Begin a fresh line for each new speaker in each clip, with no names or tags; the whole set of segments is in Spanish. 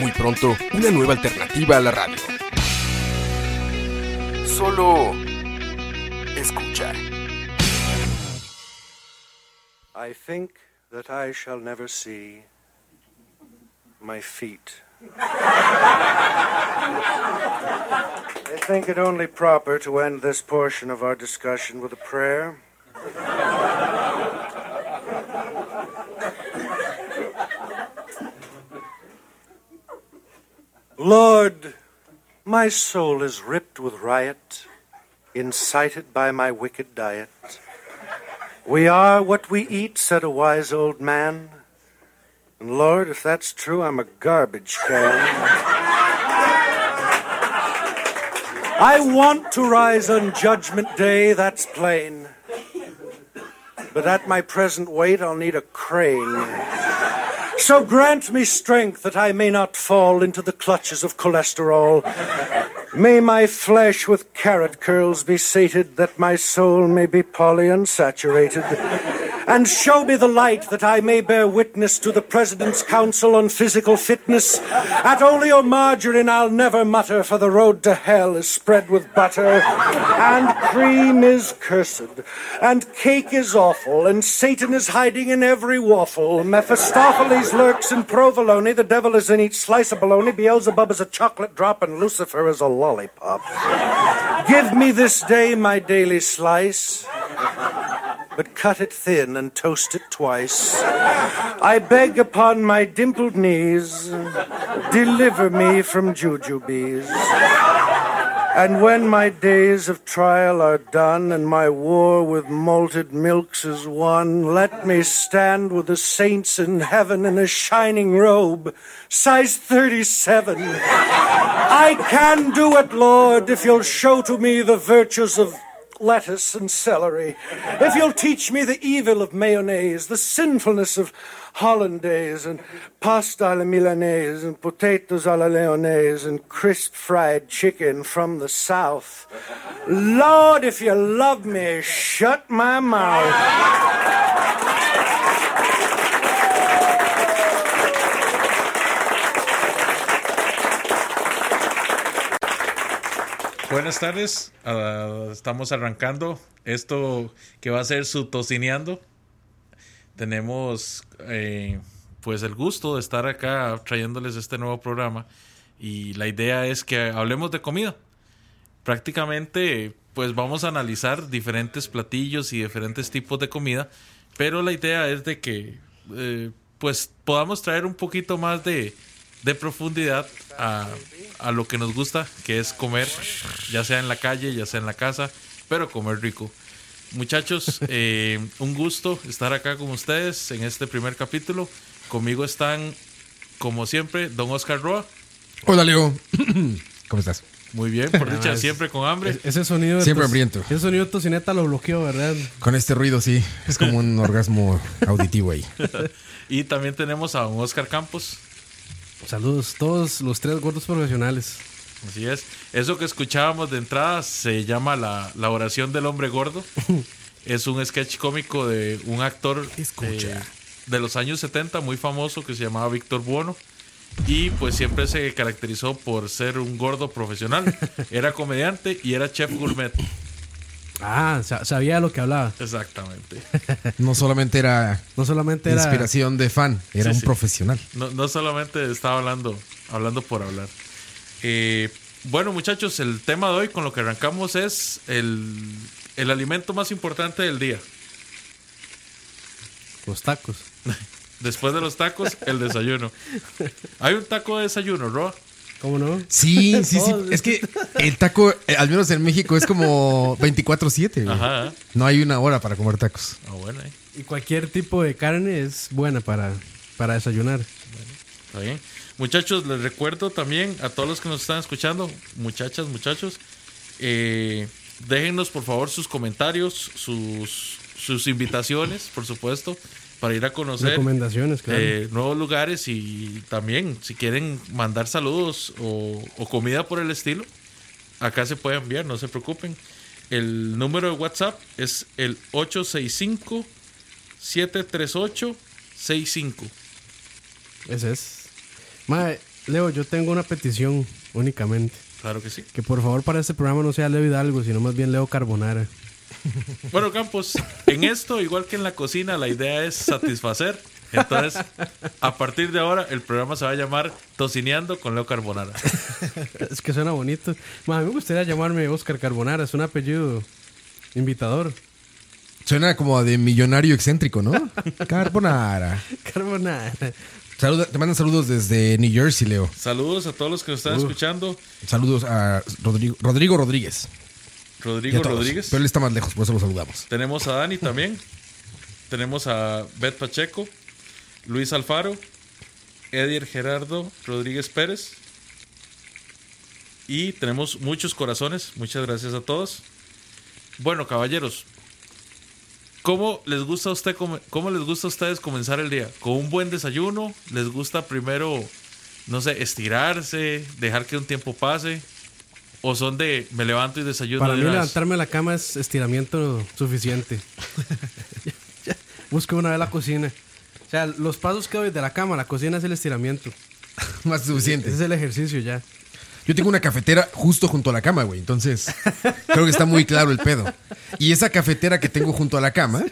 Muy pronto, una nueva alternativa a la radio. Solo escucha.
I think that I shall never see my feet. I think it only proper to end this portion of our discussion with a prayer. Lord, my soul is ripped with riot, incited by my wicked diet. We are what we eat, said a wise old man. And Lord, if that's true, I'm a garbage can. I want to rise on Judgment Day, that's plain. But at my present weight, I'll need a crane. So grant me strength that I may not fall into the clutches of cholesterol. May my flesh with carrot curls be sated, that my soul may be polyunsaturated. And show me the light that I may bear witness to the President's Council on Physical Fitness. At oleomargarine I'll never mutter, for the road to hell is spread with butter. And cream is cursed, and cake is awful, and Satan is hiding in every waffle. Mephistopheles lurks in provolone, the devil is in each slice of bologna, Beelzebub is a chocolate drop, and Lucifer is a lollipop. Give me this day my daily slice, but cut it thin and toast it twice. I beg upon my dimpled knees, deliver me from jujubes. And when my days of trial are done and my war with malted milks is won, let me stand with the saints in heaven in a shining robe, size 37. I can do it, Lord, if you'll show to me the virtues of lettuce and celery, if you'll teach me the evil of mayonnaise, the sinfulness of hollandaise and pasta alla milanese and potatoes alla leonese and crisp fried chicken from the south. Lord, if you love me, shut my mouth.
Buenas tardes, ah, estamos arrancando esto que va a ser su tocineando. Tenemos eh, pues el gusto de estar acá trayéndoles este nuevo programa y la idea es que hablemos de comida. Prácticamente pues vamos a analizar diferentes platillos y diferentes tipos de comida, pero la idea es de que eh, pues podamos traer un poquito más de, de profundidad a, a lo que nos gusta, que es comer, ya sea en la calle, ya sea en la casa, pero comer rico. Muchachos, eh, un gusto estar acá con ustedes en este primer capítulo. Conmigo están, como siempre, don Oscar Roa.
Hola, Leo. ¿Cómo estás?
Muy bien, por dicha,
es-
siempre con hambre.
E- Ese sonido. de
Siempre
tos-
hambriento.
Ese sonido de tocineta lo bloqueó, ¿verdad?
Con este ruido, sí. Es como un orgasmo auditivo ahí.
Y también tenemos a don Oscar Campos.
Saludos todos los tres gordos profesionales.
Así es. Eso que escuchábamos de entrada se llama la, la oración del hombre gordo. es un sketch cómico de un actor eh, de los años 70 muy famoso que se llamaba Víctor Buono. Y pues siempre se caracterizó por ser un gordo profesional. Era comediante y era chef gourmet.
Ah, sa- sabía de lo que hablaba.
Exactamente.
No solamente era
No solamente era.
inspiración de fan, era
Sí,
un
sí.
profesional.
No, no solamente estaba hablando, hablando por hablar. Eh, bueno, muchachos, el tema de hoy con lo que arrancamos es el, el alimento más importante del día.
Los tacos.
Después de los tacos, el desayuno. Hay un taco de desayuno, Roa.
¿Cómo no?
Sí, sí, sí.
Todos.
Es que el taco, eh, al menos en México, es como 24-7. güey.
Ajá.
No hay una hora para comer tacos.
Ah, bueno, eh.
Y cualquier tipo de carne es buena para, para desayunar.
está bien. Muchachos, les recuerdo también a todos los que nos están escuchando, muchachas, muchachos, eh, déjennos por favor sus comentarios, sus, sus invitaciones, por supuesto, para ir a conocer
Recomendaciones, claro.
eh, nuevos lugares y también si quieren mandar saludos o, o comida por el estilo, acá se puede enviar, no se preocupen. El número de WhatsApp es el 865-738-65.
Ese es. Mae, Leo, yo tengo una petición únicamente.
Claro que sí.
Que por favor para este programa no sea Leo Hidalgo, sino más bien Leo Carbonara.
Bueno, Campos, en esto, igual que en la cocina, la idea es satisfacer. Entonces, a partir de ahora, el programa se va a llamar Tocineando con Leo Carbonara.
Es que suena bonito. Mae, a mí me gustaría llamarme Oscar Carbonara, es un apellido invitador.
Suena como de millonario excéntrico, ¿no? Carbonara.
Carbonara.
Saluda- te mandan saludos desde New Jersey, Leo.
Saludos a todos los que nos están escuchando.
Saludos a Rodrigo, Rodrigo Rodríguez. Y a
Rodrigo
todos.
Rodríguez.
Pero él está más lejos, por eso lo saludamos.
Tenemos a Dani también. Tenemos a Beth Pacheco, Luis Alfaro, Edier Gerardo Rodríguez Pérez. Y tenemos muchos corazones. Muchas gracias a todos. Bueno, caballeros, ¿cómo les gusta a usted come- cómo les gusta a ustedes comenzar el día? ¿Con un buen desayuno? ¿Les gusta primero, no sé, estirarse, dejar que un tiempo pase? ¿O son de me levanto y desayuno?
Para
de
mí
una vez?
levantarme de la cama es estiramiento suficiente. Busco una vez la cocina. O sea, los pasos que doy de la cama a la cocina es el estiramiento.
Más
Ese
suficiente.
es el ejercicio ya.
Yo tengo una cafetera justo junto a la cama, güey. Entonces, creo que está muy claro el pedo. Y esa cafetera que tengo junto a la cama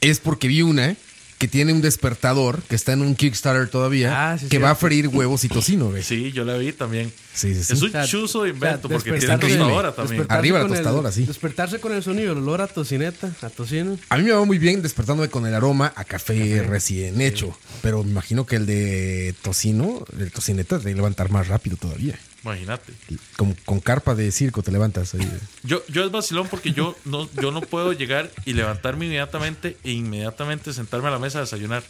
es porque vi una que tiene un despertador que está en un Kickstarter todavía
Ah, sí,
que
cierto.
va a freír huevos y tocino, güey.
Sí, yo la vi también.
Sí, sí, sí.
Es un
O sea,
chuzo de invento
o sea,
porque tiene
despertarse-
tostadora también.
despertarse
Arriba la
con el-
tostadora, sí.
Despertarse con el sonido, el olor a tocineta, a tocino.
A mí me va muy bien despertándome con el aroma a café recién hecho. Pero me imagino que el de tocino, el tocineta, te levantar más rápido todavía.
Imagínate.
Como con carpa de circo te levantas. ahí.
Yo, yo es vacilón porque yo no, yo no puedo llegar y levantarme inmediatamente e inmediatamente sentarme a la mesa a desayunar.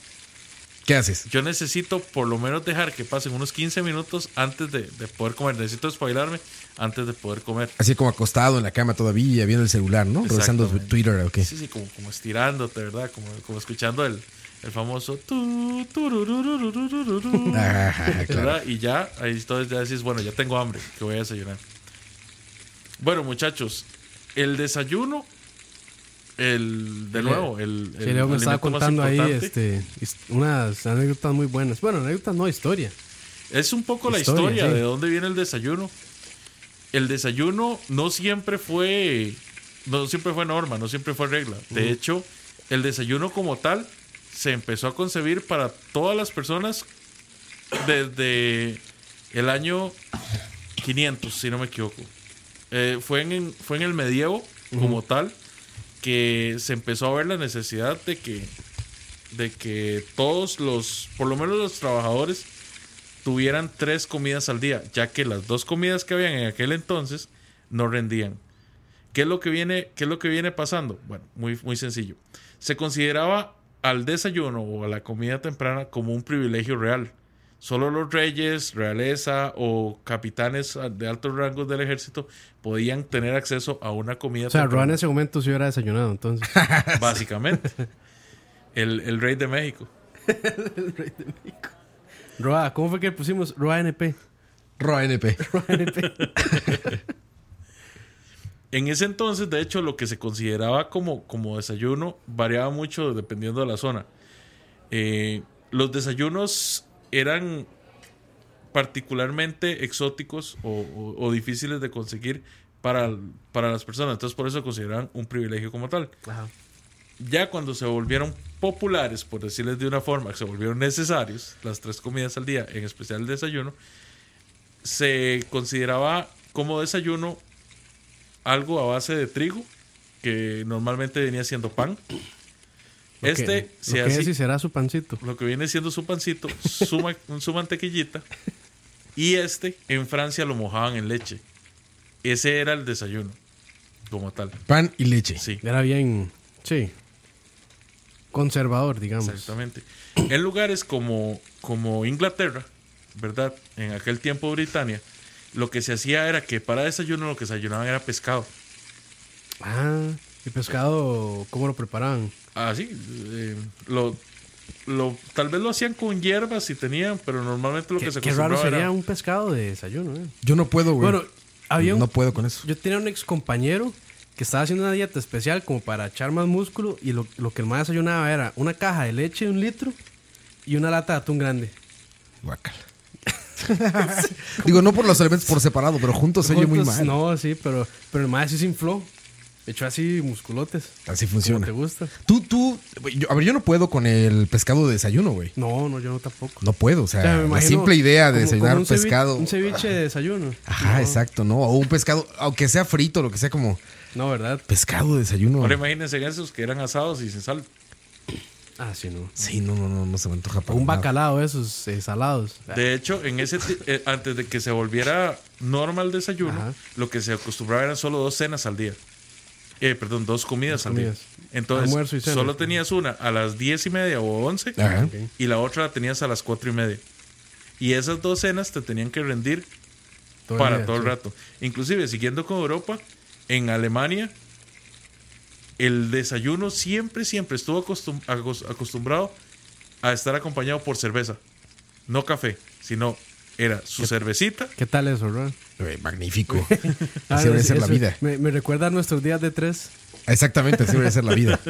¿Qué haces?
Yo necesito por lo menos dejar que pasen unos 15 minutos antes de, de poder comer. Necesito espabilarme antes de poder comer.
Así como acostado en la cama todavía, viendo el celular, ¿no? Revisando
Exactamente.
Twitter o qué.
Sí, sí, como, como estirándote, ¿verdad? Como, como escuchando el, el famoso... tu, turururururururu.
Ah, Ajá, claro.
¿verdad? Y ya, ahí entonces ya decís, bueno, ya tengo hambre, que voy a desayunar. Bueno, muchachos, el desayuno, el de nuevo, el,
Sí,
el
Leo me estaba
alimento más
contando ahí
importante.
este, his- unas anécdotas muy buenas. Bueno, anécdotas no, historia.
Es un poco la
Historia,
historia
sí.
de dónde viene el desayuno. El desayuno no siempre fue, no siempre fue norma, no siempre fue regla. De hecho, el desayuno como tal se empezó a concebir para todas las personas desde el año 500, si no me equivoco. Eh, fue, en- en, fue en el medievo como tal que se empezó a ver la necesidad de que, de que todos los, por lo menos los trabajadores, tuvieran tres comidas al día, ya que las dos comidas que habían en aquel entonces no rendían. ¿Qué es lo que viene, qué es lo que viene pasando? Bueno, muy, muy sencillo. Se consideraba al desayuno o a la comida temprana como un privilegio real. Solo los reyes, realeza o capitanes de altos rangos del ejército podían tener acceso a una comida
O sea, Roa en
temprana,
ese momento sí hubiera desayunado, entonces.
básicamente. El, el rey de México.
Roa, ¿cómo fue que pusimos Roa NP?
Roa NP.
En ese entonces, de hecho, lo que se consideraba como, como desayuno variaba mucho dependiendo de la zona. Eh, los desayunos eran particularmente exóticos o, o- o difíciles de conseguir para, para las personas. Entonces, por eso consideraban un privilegio como tal. Ya cuando se volvieron populares, por decirles de una forma, que se volvieron necesarios, las tres comidas al día, en especial el desayuno, se consideraba como desayuno algo a base de trigo, que normalmente venía siendo pan.
Lo que-
Este
lo
se
que
hace
es y será su pancito.
lo que viene siendo su pancito, su, ma- su mantequillita, y este en Francia lo mojaban en leche. Ese era el desayuno, como tal.
Pan y leche.
Sí,
Era bien, sí, conservador, digamos.
exactamente. En lugares como, como Inglaterra, ¿verdad? En aquel tiempo Britania, lo que se hacía era que para desayuno lo que desayunaban era pescado.
Ah, ¿y pescado cómo lo preparaban?
Así, eh, lo, lo, tal vez lo hacían con hierbas si tenían, pero normalmente lo
Qué,
que se
qué raro
acostumbraba
sería
era...
un pescado de desayuno, ¿eh?
Yo no puedo, güey.
Bueno, había un-
No puedo con eso.
Yo tenía un ex compañero que estaba haciendo una dieta especial como para echar más músculo y lo, lo que el más desayunaba era una caja de leche de un litro y una lata de atún grande.
Guácala. Digo, no por los elementos por separado, pero juntos se oye muy
Juntos,
mal.
No, sí, pero, pero el más sí se infló. Echó así musculotes.
Así
Como
funciona.
te gusta.
Tú, tú, yo, a ver, yo no puedo con el pescado de desayuno, güey.
No, no, yo no tampoco.
No puedo, o
O
sea,
sea, me
la
imagino
simple idea de
como-
desayunar
como un cevi-
pescado.
un ceviche de desayuno.
Ajá, exacto, ¿no? O un pescado, aunque sea frito, lo que sea como
No, ¿verdad?
pescado de desayuno.
Ahora imagínense esos que eran asados y sin sal.
Ah, sí, no.
Sí, no, no, no, no se me antoja para
Un
nada.
bacalao de esos eh, salados.
De hecho, en ese ti- eh, antes de que se volviera normal el desayuno,
Ajá.
lo que se acostumbraba eran solo dos cenas al día. Eh, perdón, dos comidas al
comidas.
día. Entonces,
Almuerzo y cena.
solo tenías una a las diez y media o once
Ajá.
y la otra la tenías a las cuatro y media. Y esas dos cenas te tenían que rendir
Todo el
para
día,
todo el
sí.
rato. Inclusive, siguiendo con Europa, en Alemania, el desayuno siempre, siempre estuvo acostum- acos- acostumbrado a estar acompañado por cerveza. No café, sino era su cervecita.
¿Qué tal eso, Ron?
Güey, magnífico.
Ah,
Así debe
sí,
ser la
eso.
vida.
Me, me recuerda a nuestros días de tres.
Exactamente, así debe ser la vida.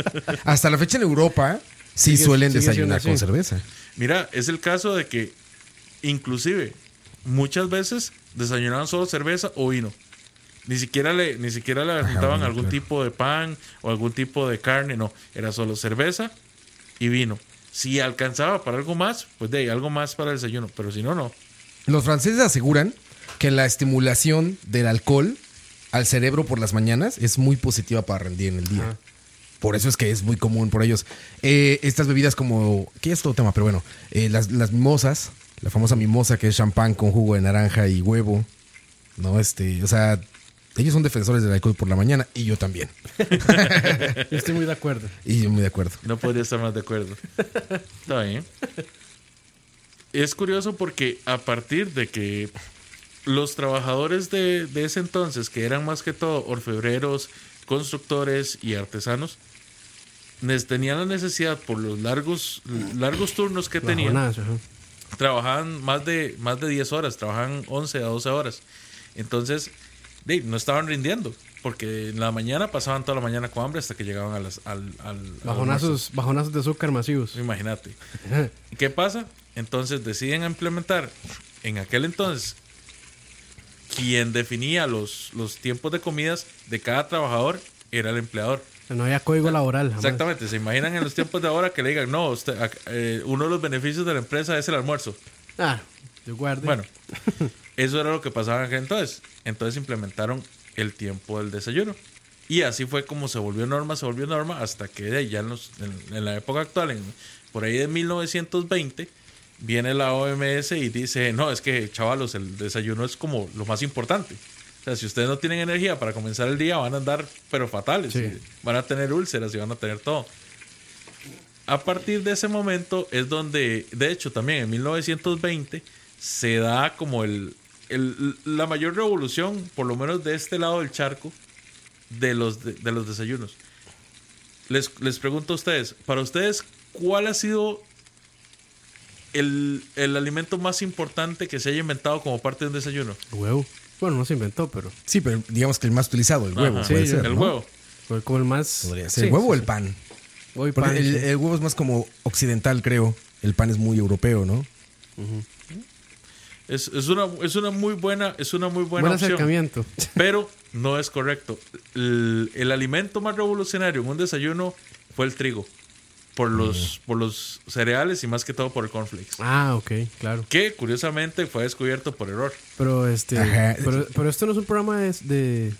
Hasta la fecha en Europa sí
Sigue-
suelen
sigue siendo
desayunar con
así.
cerveza.
Mira, es el caso de que inclusive muchas veces desayunaban solo cerveza o vino. Ni siquiera le, ni siquiera le juntaban
Ah, bueno,
algún
claro.
tipo de pan o algún tipo de carne, no. Era solo cerveza y vino. Si alcanzaba para algo más, pues de ahí algo más para el desayuno. Pero si no, no.
Los franceses aseguran que la estimulación del alcohol al cerebro por las mañanas es muy positiva para rendir en el día. Por eso es que es muy común por ellos. Eh, estas bebidas como... ¿Qué es todo tema? Pero bueno, eh, las, las mimosas, la famosa mimosa que es champán con jugo de naranja y huevo. No, este... O sea, ellos son defensores del alcohol por la mañana y yo también.
Yo estoy muy de acuerdo.
Y yo muy de acuerdo.
No podría estar más de acuerdo. Está bien. Es curioso porque a partir de que los trabajadores de, de ese entonces, que eran más que todo orfebreros, constructores y artesanos, nes- tenían la necesidad por los largos, largos turnos que tenían
Bajonazo, ajá.
trabajaban más de, más de 10 horas, trabajaban 11 a 12 horas. Entonces, de, no estaban rindiendo, porque en la mañana pasaban toda la mañana con hambre hasta que llegaban a las, al, al- al almuerzo.
Bajonazos, bajonazos de azúcar masivos.
Imagínate. ¿Qué pasa? Entonces deciden implementar en aquel entonces quien definía los, los tiempos de comidas de cada trabajador era el empleador.
No había código laboral. jamás.
Exactamente, se imaginan en los tiempos de ahora que le digan, no, usted, ac- eh, uno de los beneficios de la empresa es el almuerzo.
Ah, yo guardé.
Bueno, eso era lo que pasaba en aquel entonces. Entonces implementaron el tiempo del desayuno. Y así fue como se volvió norma, se volvió norma, hasta que de ahí ya en, los- en- en la época actual, en- por ahí de 1920, viene la OMS y dice, no, es que chavalos, el desayuno es como lo más importante. O sea, si ustedes no tienen energía para comenzar el día, van a andar pero fatales.
Sí.
y Van a tener úlceras y van a tener todo. A partir de ese momento es donde, de hecho, también en 1920 se da como el, el- la mayor revolución, por lo menos de este lado del charco, de los, de, de los desayunos. Les, les pregunto a ustedes, para ustedes, ¿cuál ha sido el, el alimento más importante que se haya inventado como parte de un desayuno?
Huevo. Bueno, no se inventó, pero
Sí, pero digamos que el más utilizado, el huevo.
Ajá.
puede
Sí,
ser,
el
¿no?
huevo.
fue como el más.
Podría ser.
Sí,
¿El huevo o
sí,
el pan?
sí. Hoy
Porque
pan.
el,
sí.
el huevo es más como occidental, creo. El pan es muy europeo, ¿no?
Es, es una, es una muy buena, es una muy buena
Buen
opción.
acercamiento.
Pero no es correcto. El, el alimento más revolucionario en un desayuno fue el trigo. Por
Mm.
los, por los cereales y más que todo por el cornflakes.
Ah, ok, claro.
Que curiosamente fue descubierto por error.
Pero este.
Ajá.
Pero, pero esto no es un programa de, de,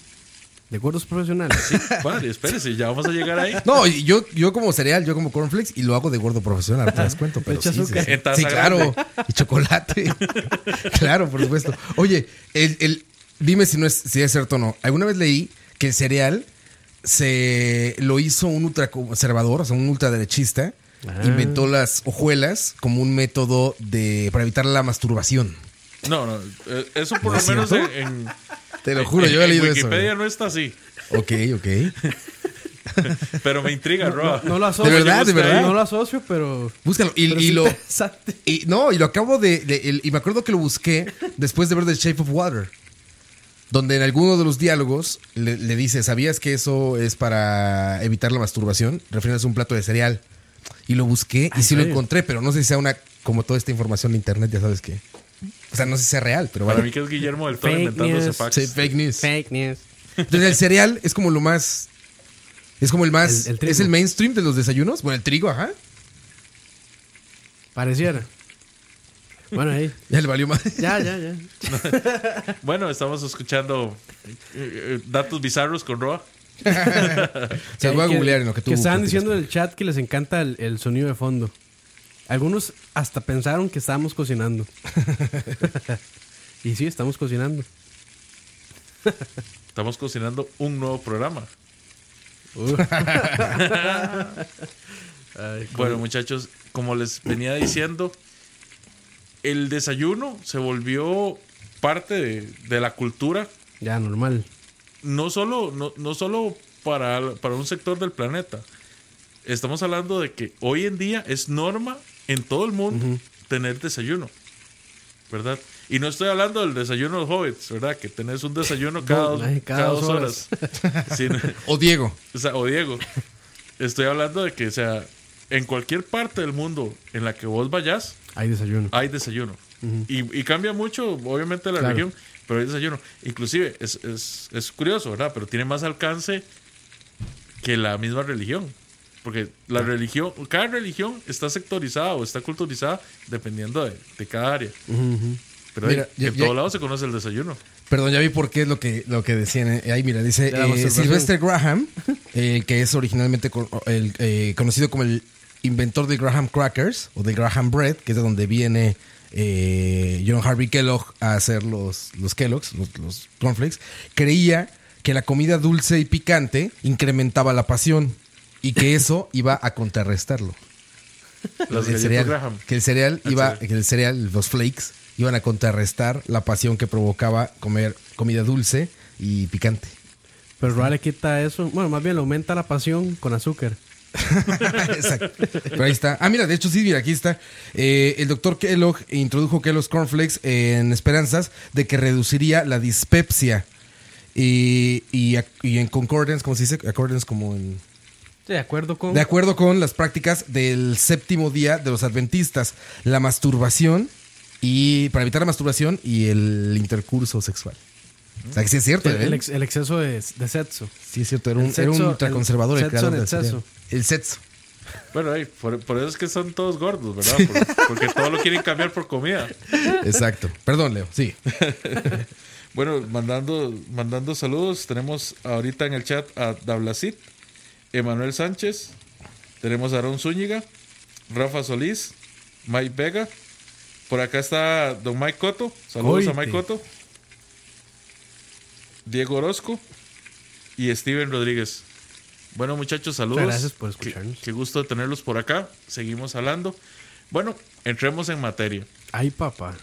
de gordos profesionales.
Bueno, y espérese, ya vamos a llegar ahí.
No, y yo, yo como cereal, yo como cornflakes y lo hago de gordo profesional, te das cuenta, pero sí,
Echa
sí, sí.
azúcar.
En taza
Sí, claro,
grande.
y chocolate. claro, por supuesto. Oye, el, el- dime si no es si es cierto o no. Alguna vez leí que el cereal se lo hizo un ultraconservador, o sea, un ultraderechista inventó las hojuelas como un método de para evitar la masturbación.
No, no, eh, eso por
¿No
lo
es
menos en,
cierto?
en-
Te lo juro,
en-
yo he
en
leído eso. eh.
Wikipedia no está así,
Ok, ok.
pero me intriga, Roa.
No lo asocio.
De verdad, de verdad.
No lo asocio, pero.
Búscalo. Y,
pero
y
sí
lo,
interesante.
y- no, y lo acabo de, de- el- Y me acuerdo que lo busqué después de ver The Shape of Water. Donde en alguno de los diálogos le, le dice: ¿Sabías que eso es para evitar la masturbación? Refieres a un plato de cereal. Y lo busqué y sí lo
Ah, serio?
encontré, pero no sé si sea una. Como toda esta información de internet, ya sabes que. O sea, no sé si sea real, pero
Para
bueno.
mí que es Guillermo del Toro
Fake
inventándose
news.
facts.
Sí, fake news.
Fake news.
Entonces el cereal es como lo más. Es como el más.
El- el trigo.
es el mainstream de los desayunos. Bueno, el trigo, ajá.
Pareciera. Bueno, ahí.
Ya le valió más.
Ya, ya, ya.
Bueno, estamos escuchando eh, eh, datos bizarros con Roa.
Se los voy a
Eh, Que-
googlear en lo que tú
Que estaban
platicas.
diciendo en el chat que les encanta el, el sonido de fondo. Algunos hasta pensaron que estábamos cocinando. y sí, estamos cocinando.
Estamos cocinando un nuevo programa. bueno, muchachos, como les venía diciendo, el desayuno se volvió parte de, de la cultura,
Ya, normal.
no solo, no, no solo para, para un sector del planeta. Estamos hablando de que hoy en día es norma en todo el mundo tener desayuno, ¿verdad? Y no estoy hablando del desayuno de los hobbits, ¿verdad? Que tenés un desayuno cada, dos-
Ay,
cada dos horas. Sin-
O Diego.
o sea, o Diego, estoy hablando de que, o sea, en cualquier parte del mundo en la que vos vayas,
Hay desayuno.
hay desayuno. y, y cambia mucho, obviamente, la
Claro.
región, pero hay desayuno. Inclusive, es, es- es curioso, ¿verdad? Pero tiene más alcance que la misma religión. Porque la religión, cada religión está sectorizada o está culturizada dependiendo de, de cada área. Pero
Mira,
ahí,
ya-
en
ya-
todos lados se conoce el desayuno.
Perdón, ya vi por qué es lo que, lo que decían. eh. Ahí, mira, dice
De la
eh,
masturbación.
Sylvester Graham, eh, que es originalmente con- el, eh, conocido como el inventor de Graham Crackers o de Graham Bread, que es de donde viene eh, John Harvey Kellogg a hacer los, los Kellogg's, los, los cornflakes, creía que la comida dulce y picante incrementaba la pasión y que eso iba a contrarrestarlo.
Las
el
galletas
cereal,
Graham.
que el cereal iba,
cereal.
que el cereal, los flakes iban a contrarrestar la pasión que provocaba comer comida dulce y picante.
Pero Roa le quita eso. Bueno, más bien le aumenta la pasión con azúcar.
Exacto. Pero ahí está. Ah, mira, de hecho sí, mira, aquí está. Eh, el doctor Kellogg introdujo Kellogg's cornflakes eh, en esperanzas de que reduciría la dispepsia y, y, ac- y en concordance, ¿cómo se dice? Accordance como en
Estoy de acuerdo con.
De acuerdo con las prácticas del séptimo día de los adventistas, la masturbación y para evitar la masturbación y el intercurso sexual. O sea que sí es cierto,
el,
¿eh?
ex- el exceso de, de sexo.
Sí es cierto, era un,
el
era un
sexo-
ultraconservador
el
el,
sexo
creador
en
del
exceso.
cereal. El sexo.
Bueno, ahí, por, por eso es que son todos gordos, ¿verdad? Por- porque todo lo quieren cambiar por comida.
Exacto. Perdón, Leo. Sí.
Bueno, mandando, mandando saludos, tenemos ahorita en el chat a Dablacit, Emanuel Sánchez, tenemos a Aarón Zúñiga, Rafa Solís, Mike Vega, por acá está Don Mike Coto, saludos a
Oite.
Mike Coto, Diego Orozco y Steven Rodríguez. Bueno muchachos, saludos.
Muchas gracias por escucharnos.
Qué, qué gusto tenerlos por acá, seguimos hablando. Bueno, entremos en materia.
Ay, papá.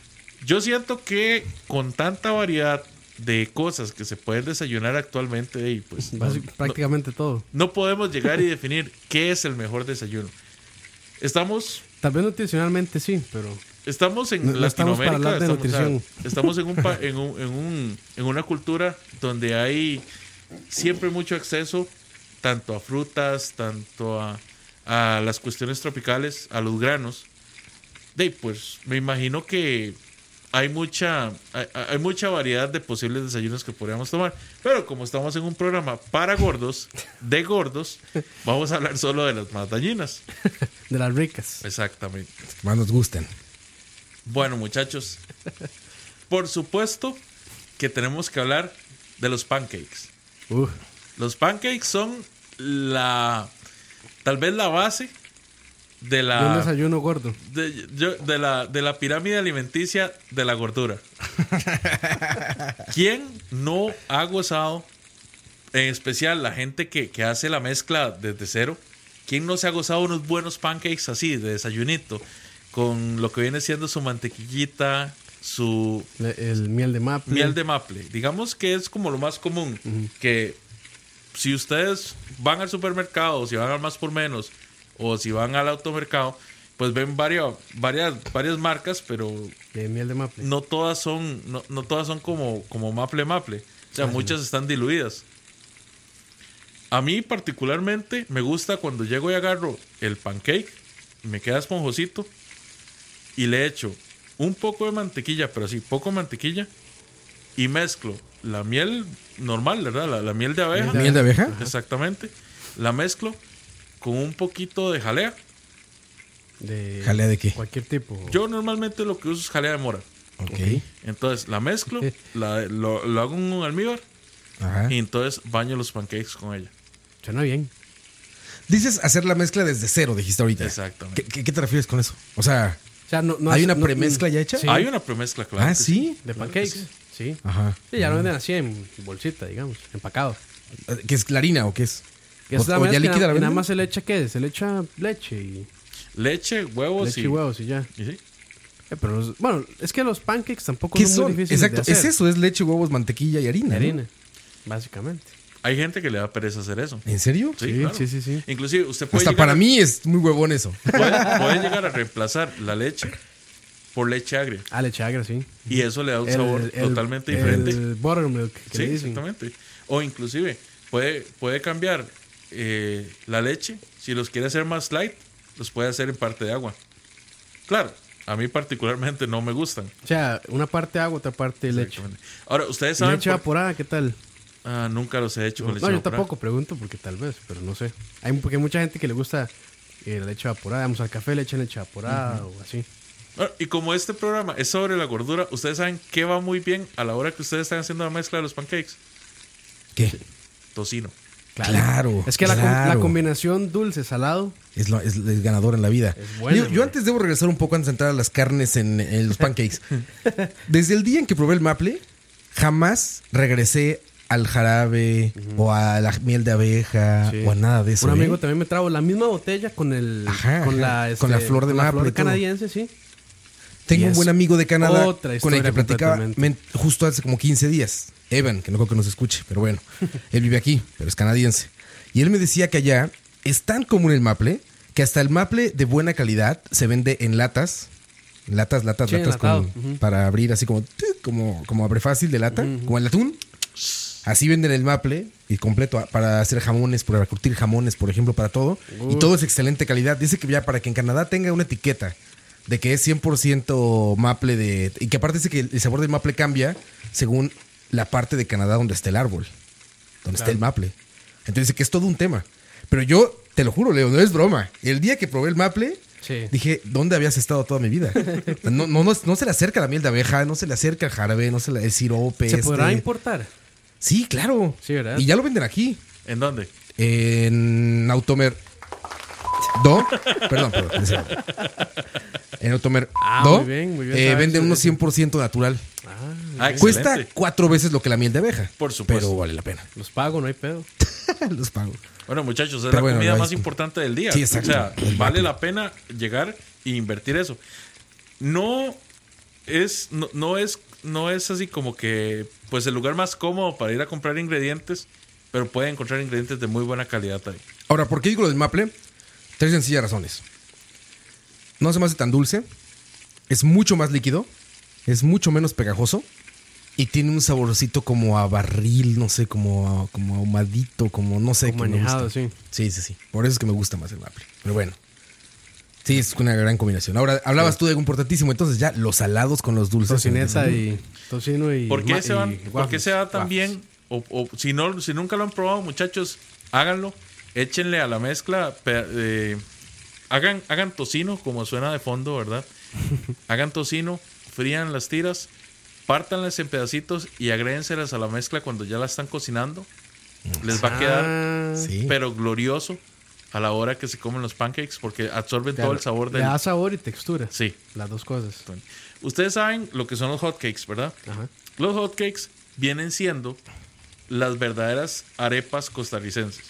Yo siento que con tanta variedad de cosas que se pueden desayunar actualmente, y pues no,
Basi- prácticamente todo.
no podemos llegar y definir qué es el mejor desayuno. Estamos,
Tal vez nutricionalmente sí, pero.
estamos en
No- no estamos para
Latinoamérica,
hablar
estamos,
de
o sea,
nutrición.
estamos en, un pa- en, un- en un- en una cultura donde hay siempre mucho acceso, tanto a frutas, tanto a, a las cuestiones tropicales, a los granos. De ahí, pues me imagino que hay mucha, hay, hay mucha variedad de posibles desayunos que podríamos tomar. Pero como estamos en un programa para gordos, de gordos, vamos a hablar solo de las más dañinas.
De las ricas.
Exactamente.
Más nos gustan.
Bueno, muchachos, por supuesto que tenemos que hablar de los pancakes.
Uf.
Los pancakes son la. Tal vez la base de
de un
la.
desayuno gordo.
De, yo- de la, de la pirámide alimenticia de la gordura. ¿Quién no ha gozado? En especial la gente que, que hace la mezcla desde cero. ¿Quién no se ha gozado unos buenos pancakes así, de desayunito? Con lo que viene siendo su mantequillita, su
Le- el miel de maple.
miel de maple. Digamos que es como lo más común. Que si ustedes van al supermercado, si van al más por menos, o si van al automercado, pues ven varias, varias, varias marcas, pero
de miel de maple.
no todas son, no, no todas son como, como maple maple. O
Ah,
sea, muchas están diluidas. A mí particularmente me gusta cuando llego y agarro el pancake, me queda esponjosito y le echo un poco de mantequilla, pero sí, poco mantequilla y mezclo la miel normal, ¿verdad? La, la miel de abeja.
¿Miel de abeja?
Exactamente. La mezclo con un poquito de jalea.
De
¿Jalea de qué?
Cualquier tipo.
Yo normalmente lo que uso es jalea de mora.
Ok.
Entonces la mezclo, la- lo, lo hago en un almíbar
Ah.
Ajá.
y entonces baño los pancakes con ella.
Suena bien.
Dices hacer la mezcla desde cero, dijiste ahorita.
Exactamente.
¿Qué, qué, qué te refieres con eso? O sea,
O sea, no, no
¿hay
hace-
una
no-
premezcla ya hecha?
Sí.
Hay una premezcla, claro.
ah,
que
sí.
De pancakes. Sí.
Ajá. Mm.
Sí, ya lo venden así en bolsita, digamos, empacado.
¿Que es clarina o qué es?
Que
¿O-
es la
o
mezcla,
ya líquida la
y
venden?
nada más se le echa qué, se le echa leche y
Leche, huevos
leche
y,
y huevos y ya.
y sí.
Eh, pero los- bueno, es que los pancakes tampoco
¿Qué
son, muy
son?
difíciles de
Exacto,
hacer.
es eso, es leche, huevos, mantequilla y harina.
De
¿no?
harina, básicamente.
Hay gente que le da pereza hacer eso.
¿En serio?
Sí,
Sí,
claro.
sí, sí, sí.
Inclusive usted puede,
Hasta
llegar,
para mí es muy huevón eso.
puede- puede llegar a reemplazar la leche por leche agria.
Ah, leche agra, sí.
Y eso le da un
El-
sabor
el-
totalmente
el
diferente.
buttermilk que
sí,
le dicen.
exactamente. O inclusive puede, puede cambiar eh, la leche. Si los quiere hacer más light, los puede hacer en parte de agua. Claro, a mí particularmente no me gustan.
O sea, una parte agua, otra parte leche.
Exactamente. Ahora, ustedes
¿Y
saben...
leche
por-
evaporada, ¿qué tal?
Ah, nunca los he hecho con leche
no, yo
evaporada.
tampoco pregunto porque tal vez, pero no sé. Hay porque hay mucha gente que le gusta eh, la leche evaporada, vamos al café, le echan leche evaporada o así.
Bueno, y como este programa es sobre la gordura, ustedes saben qué va muy bien a la hora que ustedes están haciendo la mezcla de los pancakes.
¿Qué?
Tocino.
Claro,
Es que la com- la,
claro.
combinación dulce salado
Es, lo- es el ganador en la vida.
Es bueno,
yo, yo
güey.
antes debo regresar un poco antes de entrar a las carnes en, en los pancakes. Desde el día en que probé el maple, jamás regresé al jarabe o a la miel de abeja
Sí.
o a nada de eso.
Un
¿eh?
amigo también me trajo la misma botella con el
Ajá,
con,
ajá.
La, este,
Con la flor de
con la
maple y todo.
canadiense, sí.
Tengo
Y
un
es
buen amigo de Canadá
otra
con el que
historia
platicaba
completamente.
men- justo hace como 15 días. Evan, que no creo que nos escuche, pero bueno, él vive aquí, pero es canadiense. Y él me decía que allá es tan común el maple que hasta el maple de buena calidad se vende en latas. en Latas, latas,
Sí,
latas, con-
enlatado. Ujú.
para abrir así como, tic, como, como abre fácil de lata, como el atún. Así venden el maple y completo a- para hacer jamones, para curtir jamones, por ejemplo, para todo. Y todo es excelente calidad. Dice que ya para que en Canadá tenga una etiqueta de que es 100% maple de... Y que aparte dice que el sabor del maple cambia según la parte de Canadá donde está el árbol, donde está el maple. Entonces dice que es todo un tema. Pero yo, te lo juro, Leo, no es broma. El día que probé el maple,
Sí.
dije, ¿dónde habías estado toda mi vida? No, no, no, no se le acerca la miel de abeja, no se le acerca el jarabe, no se le el sirope.
¿Se
este-
podrá importar?
Sí, claro.
Sí, ¿verdad?
Y ya lo venden aquí.
¿En dónde?
En Automer. Do. Perdón, perdón. en serio. En Automer.
Ah,
Do.
muy bien, muy bien,
eh,
sabes,
venden
sí,
unos
sí.
100% natural.
Ah, excelente.
Cuesta cuatro veces lo que la miel de abeja.
Por supuesto.
Pero vale la pena.
Los pago, no hay pedo.
Los pago.
Bueno, muchachos, es
Pero
la
bueno,
comida
ahí-
más importante del día.
Sí,
o
exacto.
sea, vale la pena llegar e invertir eso. No es, no, no es, no es así como que, pues el lugar más cómodo para ir a comprar ingredientes, pero puede encontrar ingredientes de muy buena calidad ahí.
Ahora, ¿por qué digo lo del maple? Tres sencillas razones. No se me hace tan dulce. Es mucho más líquido. Es mucho menos pegajoso. Y tiene un saborcito como a barril, no sé, como, a- como ahumadito, como no sé.
Como
que me
añejado,
gusta.
sí.
Sí, sí, sí. Por eso es que me gusta más el maple. Pero bueno. Sí, es una gran combinación. Ahora, hablabas tú de algo importantísimo. Entonces ya los salados con los dulces.
Tocineta y tocino y
¿Por
ma-
qué se
y
van? ¿Por qué
waffles,
se va tan
waffles.
bien? O, o si no, si nunca lo han probado, muchachos, háganlo. Échenle a la mezcla. pe- eh, hagan, hagan tocino, como suena de fondo, ¿verdad? Hagan tocino, frían las tiras, pártanlas en pedacitos y agréguenselas a la mezcla cuando ya la están cocinando. Les va a quedar,
Ah,
Sí.
pero glorioso, a la hora que se comen los pancakes, porque absorben todo el sabor
le
del.
da sabor y textura.
Sí.
Las dos cosas.
Ustedes saben lo que son los hotcakes, ¿verdad?
Ajá.
Los hotcakes vienen siendo las verdaderas arepas costarricenses.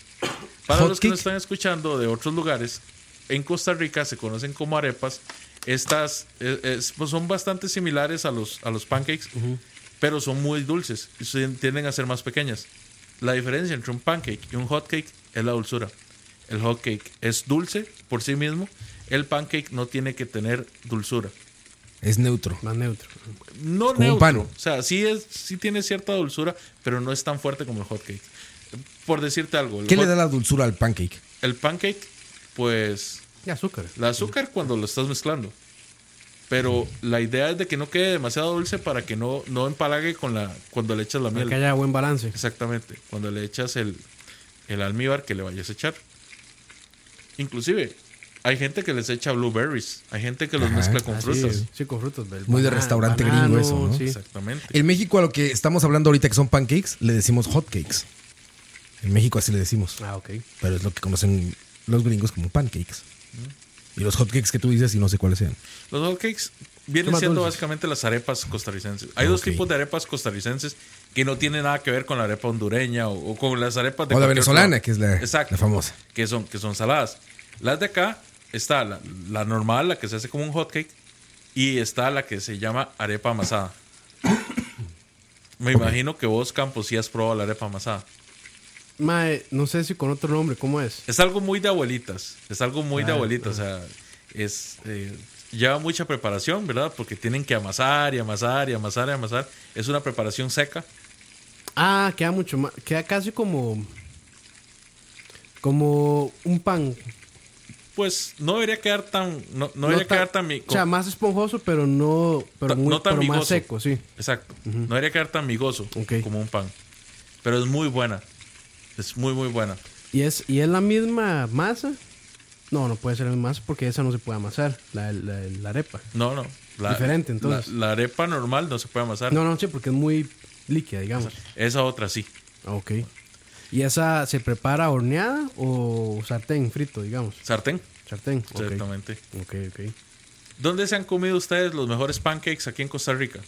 Para
Hot
los que
kick.
nos están escuchando de otros lugares, en Costa Rica se conocen como arepas. Estas eh, eh, pues son bastante similares a los, a los pancakes, pero son muy dulces y se tienden a ser más pequeñas. La diferencia entre un pancake y un hot cake es la dulzura. El hot cake es dulce por sí mismo, el pancake no tiene que tener dulzura.
Es neutro.
Más neutro.
No
Como un
neutro.
pan.
O sea, sí, es, sí tiene cierta dulzura, pero no es tan fuerte como el hot cake. Por decirte algo, el,
¿Qué le
hot-
da la dulzura al pancake?
el pancake, pues
Y azúcar.
la azúcar cuando lo estás mezclando. Pero la idea es de que no quede demasiado dulce para que no, no empalague con la, cuando le echas la
Para
miel.
que haya buen balance.
Exactamente, cuando le echas el, el almíbar que le vayas a echar. Inclusive, hay gente que les echa blueberries, hay gente que los
Ajá,
mezcla con
Así,
frutas.
Sí, con frutas. del
Muy de
banana-
restaurante gringo eso, ¿no?
sí.
Exactamente.
En México a lo que estamos hablando ahorita que son pancakes, le decimos hotcakes. En México así le decimos.
Ah, ok.
Pero es lo que conocen los gringos como pancakes. Y los hotcakes que tú dices y no sé cuáles sean.
Los hotcakes
Son
vienen
más
siendo
dulces.
básicamente las arepas costarricenses. Hay dos
Ok.
tipos de arepas costarricenses que no tienen nada que ver con la arepa hondureña o, o con las arepas de
O la
cualquier
venezolana,
otro-
que es la-
Exacto.
la famosa.
Que son, que son saladas. Las de acá está la, la normal, la que se hace como un hotcake, y está la que se llama arepa amasada. Me imagino que vos, Campos, sí has probado la arepa amasada.
Mae, no sé si con otro nombre, ¿cómo es?
Es algo muy de abuelitas. Es algo muy de
Ah,
abuelitas. O sea, es, eh, lleva mucha preparación, ¿verdad? Porque tienen que amasar y amasar y amasar y amasar. Es una preparación seca.
Ah, queda mucho más. Queda casi como. Como un pan.
Pues no debería quedar tan. No, no
No
debería
tan-
quedar tan. mi-
O sea, más esponjoso, pero no. Pero,
ta-
muy,
no tan
pero más
migoso.
seco, sí.
Exacto. No debería quedar tan migoso
Ok.
como un pan. Pero es muy buena. Es muy, muy buena.
¿Y es, ¿Y es la misma masa? No, no puede ser la masa porque esa no se puede amasar, la, la, la arepa.
No, no. La,
Diferente, entonces.
La, la arepa normal no se puede amasar.
No, no, sí, porque es muy líquida, digamos.
Esa otra sí.
Ah, Ok. ¿Y esa se prepara horneada o sartén frito, digamos?
Sartén.
Sartén. ok.
Exactamente.
Ok, ok.
¿Dónde se han comido ustedes los mejores pancakes aquí en Costa Rica?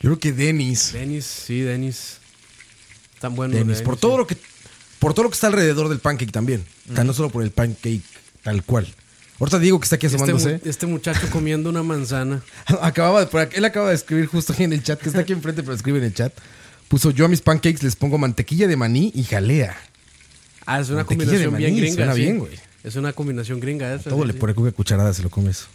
Yo creo que Denis.
Denis, sí, Denis. Tan bueno.
Denis. Por todo lo que. Por todo lo que está alrededor del pancake también. O sea, no solo por el pancake tal cual. Ahorita digo que está aquí
este,
asomándose.
mu- este muchacho comiendo una manzana.
Acababa de, por aquí- él acaba de escribir justo aquí en el chat, que está aquí enfrente, pero escribe en el chat. Puso yo a mis pancakes les pongo mantequilla de maní y jalea.
Ah, es una
Mantequilla de
combinación bien
maní,
gringa.
suena
sí.
bien, güey.
Es una combinación gringa esa.
Todo
sí,
le
sí.
pone una cucharada, se lo comes.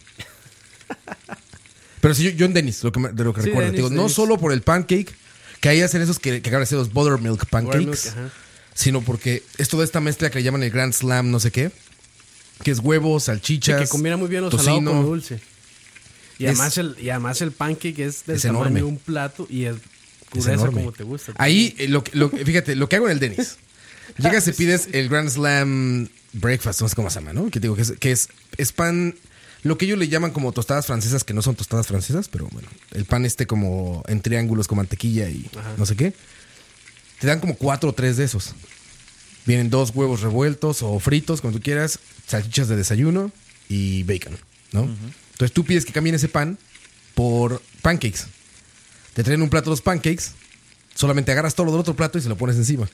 Pero sí, yo, yo en Dennis, lo que me- de lo que
Sí,
recuerdo. te digo,
Dennis,
no
Dennis.
solo por el pancake, que ahí hacen esos que, que acaban de ser los buttermilk
Buttermilk,
pancakes,
ajá.
sino porque es toda esta mezcla que le llaman el Grand Slam, no sé qué, que es huevos,
Sí,
salchichas.
que combina muy bien los
tocino.
salado con lo dulce. Y,
Es-
además el, y además el pancake es del
es
tamaño
enorme.
de un plato y es
Es
gruesa
enorme.
como te gusta.
Ahí, eh, lo, que- lo que- fíjate, lo que hago en el Dennis. Llegas y pides el Grand Slam Breakfast, no sé cómo se llama, ¿no? Que te digo que es, que es, es pan, lo que ellos le llaman como tostadas francesas, que no son tostadas francesas, pero bueno, el pan este como en triángulos con mantequilla y no sé qué. Te dan como cuatro o tres de esos. Vienen dos huevos revueltos o fritos, como tú quieras, salchichas de desayuno y bacon, ¿no? Entonces tú pides que cambien ese pan por pancakes. Te traen un plato de los pancakes, solamente agarras todo lo del otro plato y se lo pones encima.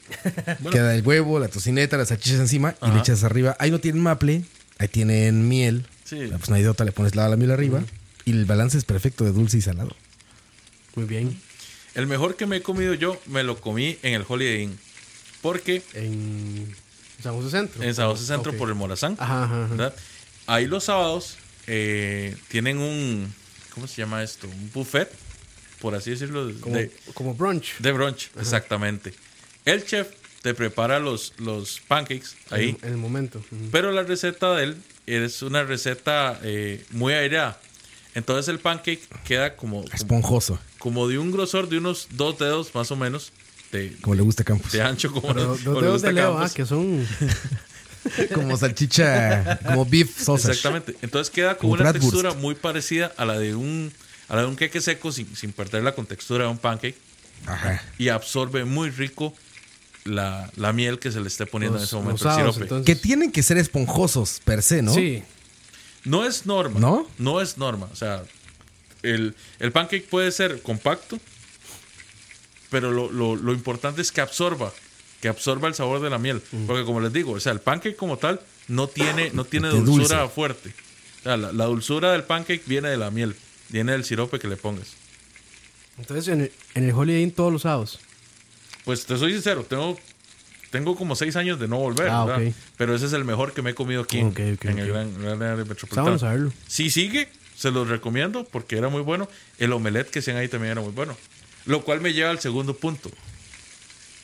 Queda el huevo, la tocineta, las salchichas encima y le echas arriba. Ahí no tienen maple, ahí tienen miel.
Sí.
Pues una idiota le pones la, la miel arriba y el balance es perfecto de dulce y salado.
Muy bien.
El mejor que me he comido yo me lo comí en el Holiday Inn. Porque
En San José Centro.
en San José Centro
Ok.
por el Morazán.
Ajá, ajá, ajá.
¿verdad? Ahí los sábados eh, tienen un. ¿Cómo se llama esto? Un buffet, por así decirlo,
Como,
de,
como brunch.
de brunch. Exactamente. El chef te prepara los, los pancakes ahí.
En, en el momento. Ujú.
Pero la receta de él es una receta eh, muy aireada. Entonces el pancake queda como, como,
Esponjoso,
como de un grosor de unos dos dedos más o menos de,
como le gusta a Campos.
de ancho. Como como
Pero los
le
dedos
gusta
de
a
Leo, ah,
Campos.
que son.
como salchicha, como beef sausage.
Exactamente. Entonces queda con
Como
una
bratwurst.
textura muy parecida a la de un a la de un queque seco sin, sin perder la contextura de un pancake
Ajá.
y absorbe muy rico la, la miel que se le esté poniendo en
Los-
ese momento
los
el
sados,
sirope.
entonces.
Que tienen que ser esponjosos per se, ¿no?
Sí.
No es norma.
¿No?
No es norma. O sea, el, el pancake puede ser compacto, pero lo, lo- lo importante es que absorba que absorba el sabor de la miel. Porque como les digo, o sea, el pancake como tal no tiene, no tiene
De dulce.
dulzura fuerte. O sea, la, la dulzura del pancake viene de la miel, viene del sirope que le pongas.
Entonces, en el, en el Holiday Inn todos los sábados.
Pues te soy sincero, tengo, tengo como seis años de no volver,
Ah,
¿verdad?
ok.
Pero ese es el mejor que me he comido aquí
Ok, ok,
en el
ok.
gran, gran área
Está bueno
metropolitana.
saberlo.
Si sigue, se los recomiendo porque era muy bueno. El omelette que hacían ahí también era muy bueno. Lo cual me lleva al segundo punto.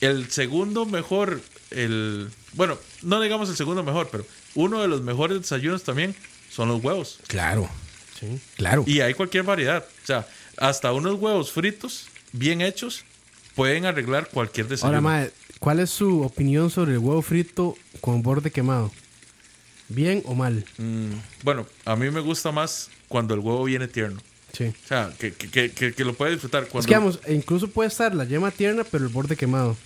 El segundo mejor, el bueno, no digamos el segundo mejor, pero uno de los mejores desayunos también son los huevos.
Claro,
Sí.
claro.
Y hay cualquier variedad. O sea, hasta unos huevos fritos, bien hechos, pueden arreglar cualquier desayuno.
Ahora, mae, ¿cuál es su opinión sobre el huevo frito con borde quemado? ¿Bien o mal?
Mm, bueno, a mí me gusta más cuando el huevo viene tierno.
Sí.
O sea, que, que- que- que- que lo puedes disfrutar. Cuando
Es que vamos, e incluso puede estar la yema tierna, pero el borde quemado.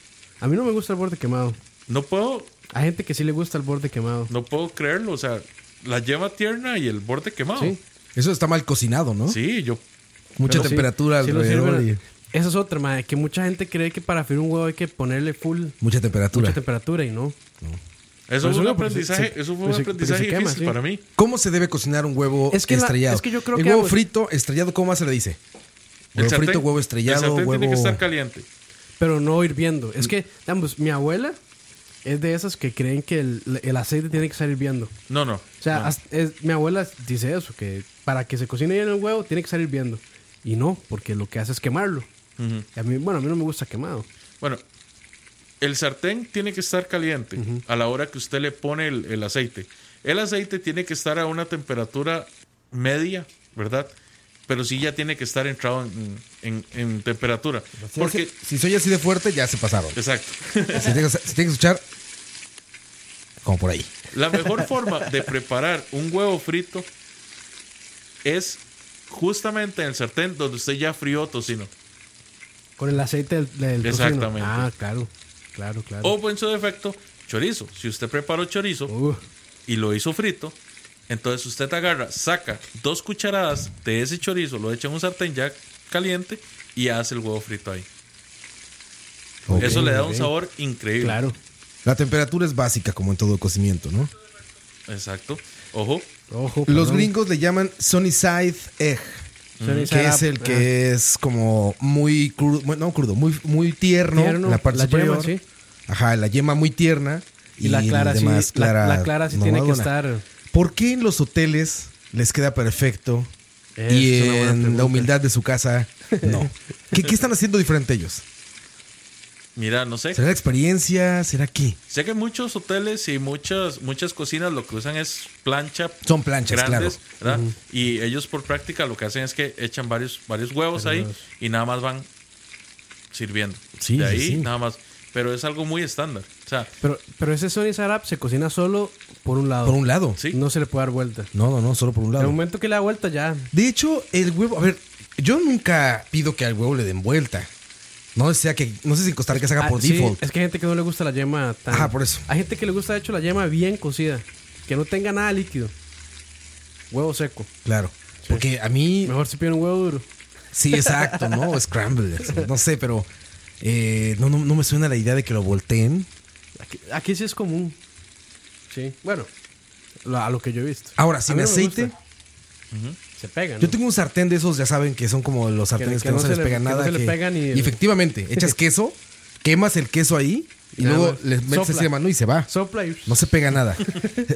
A mí no me gusta el borde quemado.
No puedo
Hay gente que sí le gusta el borde quemado.
No puedo creerlo, o sea, la yema tierna y el borde quemado. Sí,
Sí.
Eso está mal cocinado, ¿no?
yo.
Mucha
Pero sí,
temperatura
sí lo
alrededor
sirven.
y
Esa es otra, mae, que mucha gente cree que para freír un huevo hay que ponerle full
mucha temperatura.
mucha temperatura y no.
Eso
Pero
fue un
solo porque se-
aprendizaje,
se-
eso fue un
porque se-
aprendizaje
porque se quema,
difícil
sí.
para mí.
¿Cómo se debe cocinar un huevo
Es que la-
estrellado?
es que yo creo
el
que
huevo
ambos-
frito estrellado, ¿cómo se le dice?
El
Huevo
sartén-
frito, huevo
El
estrellado,
sartén
huevo.
tiene que estar caliente.
Pero no hirviendo. Es que, ambos, mi abuela es de esas que creen que el, el aceite tiene que estar hirviendo.
No, no.
O sea, hasta- es- mi abuela dice eso, que para que se cocine bien el huevo tiene que estar hirviendo. Y no, porque lo que hace es quemarlo.
Ujú.
Y a mí, bueno, a mí no me gusta quemado.
Bueno, el sartén tiene que estar caliente a la hora que usted le pone el, el aceite. El aceite tiene que estar a una temperatura media, ¿verdad? Pero sí ya tiene que estar entrado en, en- en temperatura.
Si
Porque,
hace- si soy así de fuerte, ya se pasaron.
exacto.
Se tiene, que- se tiene que escuchar como por ahí.
La mejor forma de preparar un huevo frito es justamente en el sartén donde usted ya frió tocino.
Con el aceite del, del tocino.
Exactamente.
Ah, claro, claro, claro.
O en su defecto, chorizo. Si usted preparó chorizo
Uh,
y lo hizo frito, entonces usted agarra, saca dos cucharadas de ese chorizo, lo echa en un sartén ya caliente y hace el huevo frito ahí.
Ok.
Eso le da un sabor increíble.
claro.
La temperatura es básica, como en todo cocimiento, ¿no?
Exacto. Ojo,
Ojo.
Los
perdón.
gringos le llaman Sunnyside Egg,
Sunny side
que es
up.
el que es como muy crudo, bueno, no crudo, muy, muy tierno,
Tierno,
la parte
la yema,
superior.
sí.
Ajá, la yema muy tierna.
Y la clara sí-
demás
la- la clara sí tiene que
mamadona.
estar-
¿Por qué en los hoteles les queda perfecto
Es
y
una buena
en la
pregunta.
humildad de su casa no? ¿Qué, qué están haciendo diferente ellos?
mira, no sé.
¿Será la experiencia? ¿Será qué?
Sé que muchos hoteles y muchas muchas cocinas lo que usan es plancha.
Son planchas,
¿verdad? Y ellos por práctica lo que hacen es que echan varios varios huevos ahí y nada más van sirviendo.
Sí,
De
sí,
ahí
sí.
nada más. Pero es algo muy estándar. O sea,
Pero, pero ese Sony Sarap se cocina solo por un lado.
Por un lado.
Sí.
No se le puede dar vuelta.
No, no, no, solo por un
En el
lado.
momento que le da vuelta ya.
De hecho, el huevo, a ver, yo nunca pido que al huevo le den vuelta. No sea que, no sé si en Costa Rica se haga
Ah,
por
sí,
default.
es que hay gente que no le gusta la yema tan.
Ajá, por eso.
Hay gente que le gusta, de hecho, la yema bien cocida. Que no tenga nada líquido. Huevo seco.
Claro. Porque a mí,
Mejor si piden un huevo duro.
sí, exacto, ¿no? O Scramble, no sé, pero eh, no, no, no me suena la idea de que lo volteen.
Aquí, aquí sí es común. Sí. Bueno, lo- a lo que yo he visto.
Ahora,
A
sin
mí no me
aceite,
gusta. Se pega, ¿no?
yo tengo un sartén de esos, ya saben, que son como los sartenes que, no, se, les pega
que no
nada.
se le
que-
pega ni el-
y efectivamente, echas queso, quemas el queso ahí y
Nada
luego
más.
le metes
Sopla.
ese mano y se va.
Sopla y.
No se pega nada.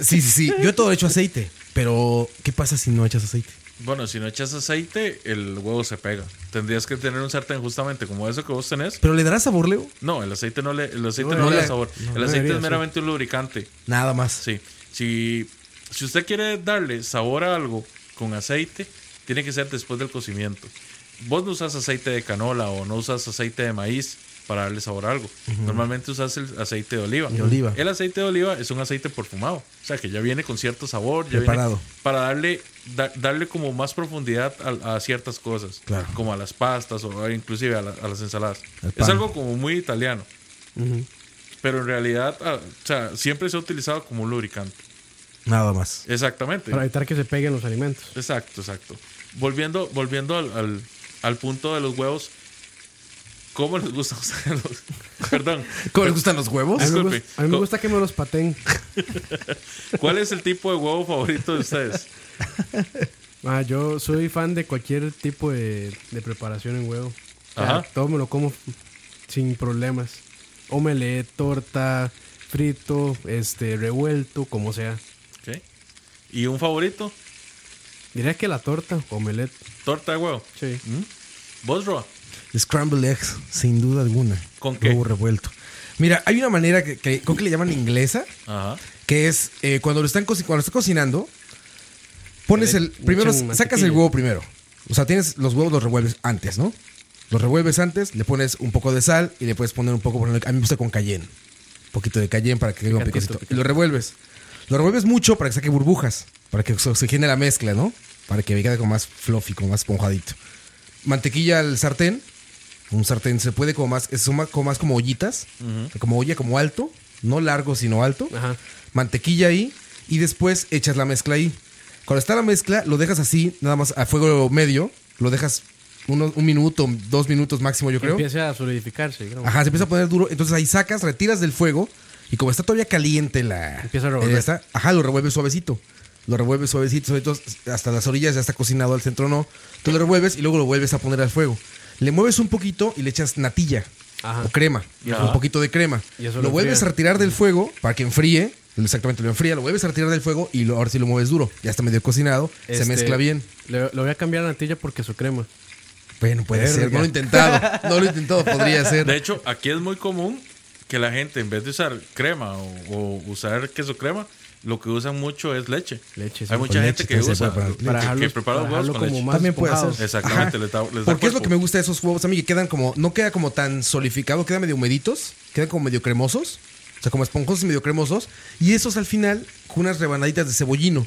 Sí, sí, sí. Yo todo hecho aceite. Pero, ¿qué pasa si no echas aceite?
bueno, si no echas aceite, el huevo se pega. Tendrías que tener un sartén justamente como eso que vos tenés.
¿Pero le dará sabor, Leo?
No, el aceite no le, el aceite
No,
no
no
le da
le-
sabor.
no,
el
no
aceite
debería,
es
sí.
meramente un lubricante.
Nada más.
Sí, si, si usted quiere darle sabor a algo con aceite, tiene que ser después del cocimiento. Vos no usas aceite de canola o no usas aceite de maíz para darle sabor a algo. Normalmente usas el aceite de oliva.
De oliva.
El aceite de oliva es un aceite perfumado, o sea que ya viene con cierto sabor, ya viene
Preparado.
para darle da- darle como más profundidad a, a ciertas cosas,
Claro.
como a las pastas o inclusive a, la- a las ensaladas.
Al
Es
pan.
algo como muy italiano, pero en realidad, ah, o sea, siempre se ha utilizado como un lubricante.
Nada más.
Exactamente.
Para evitar que se peguen los alimentos.
Exacto, exacto. Volviendo, volviendo al, al- al punto de los huevos, ¿Cómo les gusta usar los... Perdón.
¿Cómo les gustan los huevos?
A mí, me
Disculpe.
gusta, a mí me
Co-
gusta que me los paten.
¿Cuál es el tipo de huevo favorito de ustedes?
Ah, yo soy fan de cualquier tipo de, de preparación en huevo. O sea,
Ajá.
todo me lo como sin problemas. Omelette, torta, frito, este, revuelto, como sea.
Ok. ¿Y un favorito?
Diría que la torta, omelette.
Torta de huevo.
Sí.
¿Vos, Roa?
Scramble eggs, sin duda alguna.
¿Con qué?
Huevo revuelto. Mira, hay una manera que, que- creo que le llaman inglesa,
Ajá.
que es eh, cuando lo están co- cuando lo estás cocinando, pones
Le
el
echan
primero sacas
mantequilla.
el huevo primero. O sea, tienes los huevos los revuelves antes, ¿no? Los revuelves antes, le pones un poco de sal y le puedes poner un poco, por ejemplo, a mí me gusta con cayenne. Un poquito de cayenne para que quede un
Picantito,
picosito. Y lo revuelves. Lo revuelves mucho para que saque burbujas, para que se oxigene la mezcla, ¿no? Para que quede como más fluffy, como más esponjadito. Mantequilla al sartén. Un sartén se puede como más, es más, como, más como ollitas, como olla, como alto, no largo, sino alto
Ajá.
mantequilla ahí y después echas la mezcla ahí. Cuando está la mezcla, lo dejas así, nada más a fuego medio, lo dejas uno- un minuto, dos minutos máximo, yo creo.
Empieza a solidificarse. creo.
Ajá, se empieza a poner duro, entonces ahí sacas, retiras del fuego y como está todavía caliente la...
Empieza a revolver.
esta, ajá, lo revuelves suavecito. Lo revuelves suavecito, suavecito, hasta las orillas ya está cocinado, al centro no. Tú lo revuelves y luego lo vuelves a poner al fuego. Le mueves un poquito y le echas natilla
Ajá.
o crema, un poquito de crema.
Y eso
lo
lo
vuelves
enfría.
a retirar del fuego para que enfríe. Exactamente, lo enfría, lo vuelves a retirar del fuego y lo, ahora sí lo mueves duro. Ya está medio cocinado, se
Este,
mezcla bien.
Le, le voy a cambiar la natilla porque su crema.
Bueno, puede ser,
Verga.
no lo he intentado. No lo he intentado, podría ser.
De hecho, aquí es muy común que la gente, en vez de usar crema o, o usar queso crema, lo que usan mucho es leche.
Leche, sí.
Hay mucha
Con
gente
leche
que
también se
usa,
puede
que,
poner
Para
que
dejarlos-
prepara los
para
huevos
dejarlo
con
como
leche.
más
También puede
esponjados.
ser.
Exactamente,
Ajá.
les da, les da
Porque es lo
cuerpo.
que me gusta de esos huevos, a mí que quedan como, no queda como tan solidificado, quedan medio humeditos, quedan como medio cremosos, o sea, como esponjosos y medio cremosos, y esos al final con unas rebanaditas de cebollino,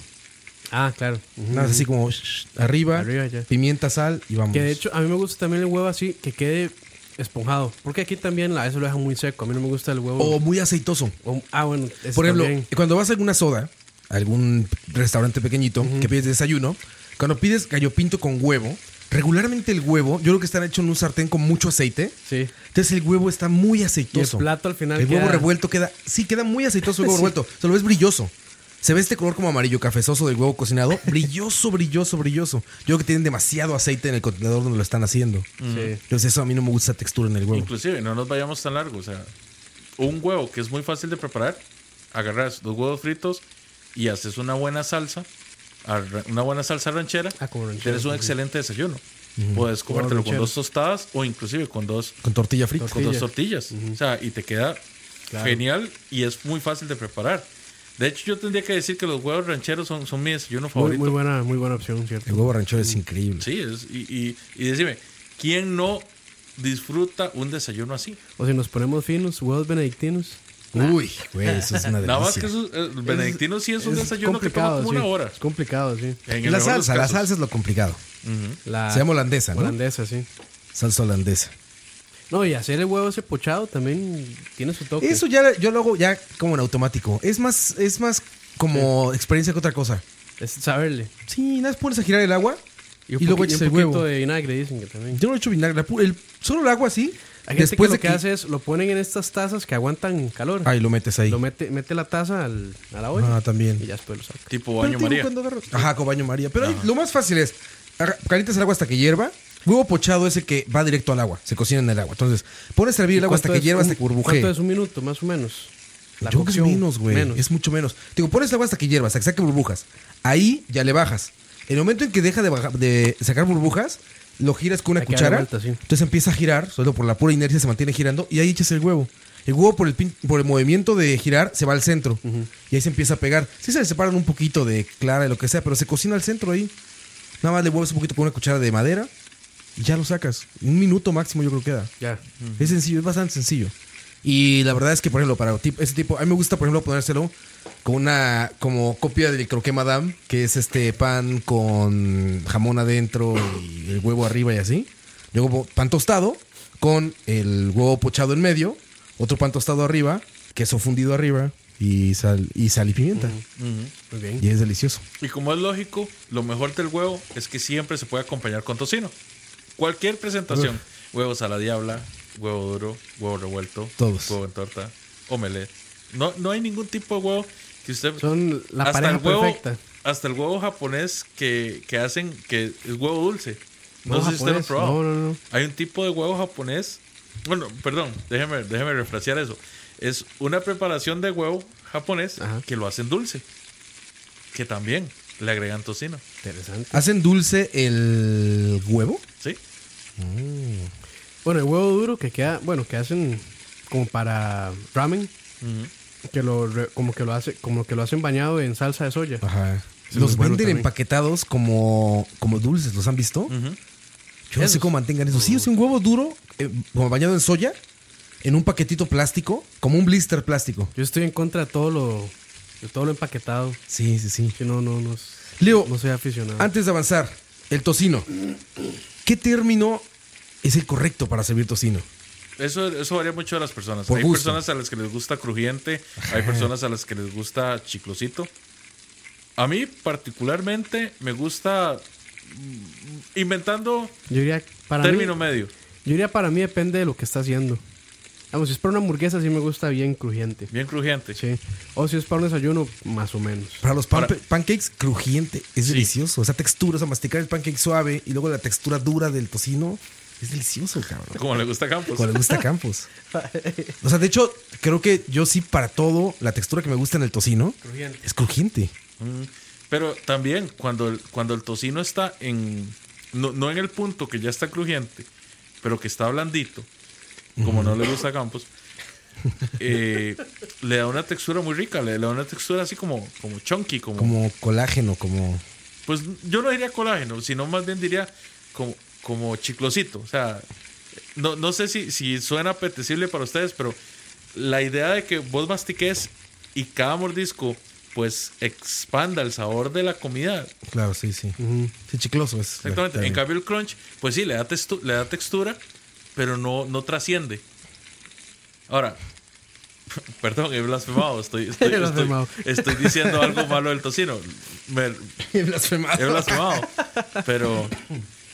Ah, claro.
nada más así como shh, arriba,
Arriba ya.
pimienta, sal y vamos.
Que de hecho, a mí me gusta también el huevo así, que quede esponjado. Porque aquí también a eso lo dejan muy seco. A mí no me gusta el huevo.
o muy aceitoso.
o- ah, bueno. ese
Por ejemplo,
también.
cuando vas a alguna soda, a algún restaurante pequeñito que pides desayuno, cuando pides gallo pinto con huevo, regularmente el huevo, yo creo que están hecho en un sartén con mucho aceite.
Sí.
Entonces el huevo está muy
Y el
aceitoso.
plato al final
El huevo
queda-
revuelto queda. Sí, queda muy aceitoso el huevo revuelto. Se lo ves brilloso. Se ve este color como amarillo cafezoso del huevo cocinado. Brilloso, brilloso, brilloso. Yo creo que tienen demasiado aceite en el contenedor donde lo están haciendo.
Mm. Sí.
Entonces eso a mí no me gusta esa textura en el huevo.
Inclusive, no nos vayamos tan largo. O sea, un huevo que es muy fácil de preparar, agarras dos huevos fritos y haces una buena salsa, arra- una buena salsa ranchera,
Ah, como ranchera,
tienes un
sí.
excelente desayuno. Puedes comértelo con
ranchero.
dos tostadas o inclusive con dos,
Con tortilla frita.
con dos tortillas. O sea, y te queda genial y es muy fácil de preparar. De hecho, yo tendría que decir que los huevos rancheros son, son mi desayuno
Muy,
favorito.
muy buena, muy buena opción, ¿cierto?
El huevo ranchero es increíble.
Sí, es- y, y, y decime, ¿quién no disfruta un desayuno así?
O si nos ponemos finos, huevos benedictinos.
Uy, güey, eso es una delicia.
Nada más que eso, el benedictino sí es un desayuno que toma
complicado,
como
sí.
una hora.
Es complicado, sí.
En
La
el mejor de los
salsa, la
casos.
salsa es lo complicado.
La
Se llama holandesa, ¿no?
Holandesa, sí.
Salsa holandesa.
No, y hacer el huevo ese pochado también tiene su toque.
Eso ya yo lo hago ya como en automático. Es más, es más como experiencia que otra cosa.
Es saberle.
Sí, nada más pones a girar el agua y,
un
luego
poqui-
echas
un
el
poquito
huevo.
de vinagre, dicen que también.
Yo no he hecho vinagre, la pu- el- solo el agua así.
Hay gente
después de
que lo que, hace es lo ponen en estas tazas que aguantan calor.
Ahí lo metes ahí.
Lo mete, mete la taza al, a la olla.
Ah, también.
Y ya después lo saca.
Tipo
Pero te
baño
digo,
María.
cuando agarras- Ajá, con baño María. Pero ahí lo más fácil es, agar- calientas el agua hasta que hierva. Huevo pochado es el que va directo al agua, se cocina en el agua. Entonces, pones a hervir el agua hasta
¿Cuánto
que
es
hierva,
un-
hasta que burbujee.
¿Cuánto es un minuto, más o menos? La
Yo creo que es
cocción.
menos, güey. Es mucho menos. Digo, pones el agua hasta que hierva, hasta que saque burbujas. Ahí ya le bajas. En el momento en que deja de, baja- de sacar burbujas, lo giras con una
Hay que
cuchara.
darle vuelta, sí.
Entonces empieza a girar, solo por la pura inercia se mantiene girando y ahí echas el huevo. El huevo por el, pin- por el movimiento de girar se va al centro y ahí se empieza a pegar. Sí se le separan un poquito de clara y lo que sea, pero se cocina al centro ahí. Nada más le mueves un poquito con una cuchara de madera y ya lo sacas. Un minuto máximo yo creo que queda.
Ya.
Es sencillo, es bastante sencillo. Y la verdad es que, por ejemplo, para tip- ese tipo, a mí me gusta, por ejemplo, ponérselo con una como copia del croquet madame, que es este pan con jamón adentro y el huevo arriba y así. Luego po- pan tostado con el huevo pochado en medio, otro pan tostado arriba, queso fundido arriba y sal y, sal y pimienta.
Muy bien.
Y es delicioso.
Y como es lógico, lo mejor del huevo es que siempre se puede acompañar con tocino. Cualquier presentación. Huevos a la diabla, huevo duro, huevo revuelto,
Todos.
huevo en torta, omelette. No, no hay ningún tipo de huevo que usted...
Son la
hasta
pareja
el huevo,
perfecta.
Hasta el huevo japonés que, que hacen, que es huevo dulce. No,
No,
sé si usted lo ha
japonés,
probado.
no, no, no.
Hay un tipo de huevo japonés. Bueno, perdón, déjeme, déjeme refrasear eso. Es una preparación de huevo japonés
Ajá.
que lo hacen dulce. Que también le agregan tocino.
Interesante.
¿Hacen dulce el huevo?
¿Sí?
Bueno, el huevo duro que queda, bueno, que hacen como para ramen, que lo re- como que lo hace, como que lo hacen bañado en salsa de soya.
Ajá.
Sí,
los
muy bueno
venden
también.
empaquetados como, como dulces, ¿los han visto? Yo no sé cómo mantengan eso. Sí, es un huevo duro, eh, como bañado en soya, en un paquetito plástico, como un blister plástico.
Yo estoy en contra de todo lo de todo lo empaquetado.
Sí, sí, sí.
Que no, no, no.
Leo,
no soy aficionado.
Antes de avanzar, el tocino. ¿Qué término es el correcto para servir tocino?
Eso, eso varía mucho de las personas.
Por
hay
gusto.
personas a las que les gusta crujiente, hay personas a las que les gusta chiclosito. A mí particularmente me gusta mm, inventando
yo diría para
término
mí,
medio.
yo diría para mí depende de lo que está haciendo. Vamos, si es para una hamburguesa sí me gusta bien crujiente.
Bien crujiente.
Sí. O si es para un desayuno, más o menos.
Para los pan-
Ahora-
pancakes, crujiente, es delicioso. Esa textura, o sea, masticar el pancake suave y luego la textura dura del tocino, es delicioso, cabrón.
Como le gusta a Campos.
Como le gusta a Campos. O sea, de hecho, creo que yo sí para todo, la textura que me gusta en el tocino
Crujiente.
es crujiente.
Mm, Pero también cuando el, cuando el tocino está en. No, no en el punto que ya está crujiente, pero que está blandito, como no le gusta a Campos, eh, le da una textura muy rica, le, le da una textura así como, como chunky, como,
Como colágeno, como...
Pues yo no diría colágeno, sino más bien diría como, como chiclosito. O sea, no, no sé si, si suena apetecible para ustedes, pero la idea de que vos mastiques y cada mordisco pues expanda el sabor de la comida.
Claro, sí, sí. Sí, chicloso es.
Exactamente. En
Claro.
cambio el crunch, pues sí, le da, textu- le da textura, pero no, no trasciende. Ahora, perdón, he blasfemado. Estoy, estoy,
He
estoy-
blasfemado.
estoy diciendo algo malo del tocino. Me-
He blasfemado.
He blasfemado. Pero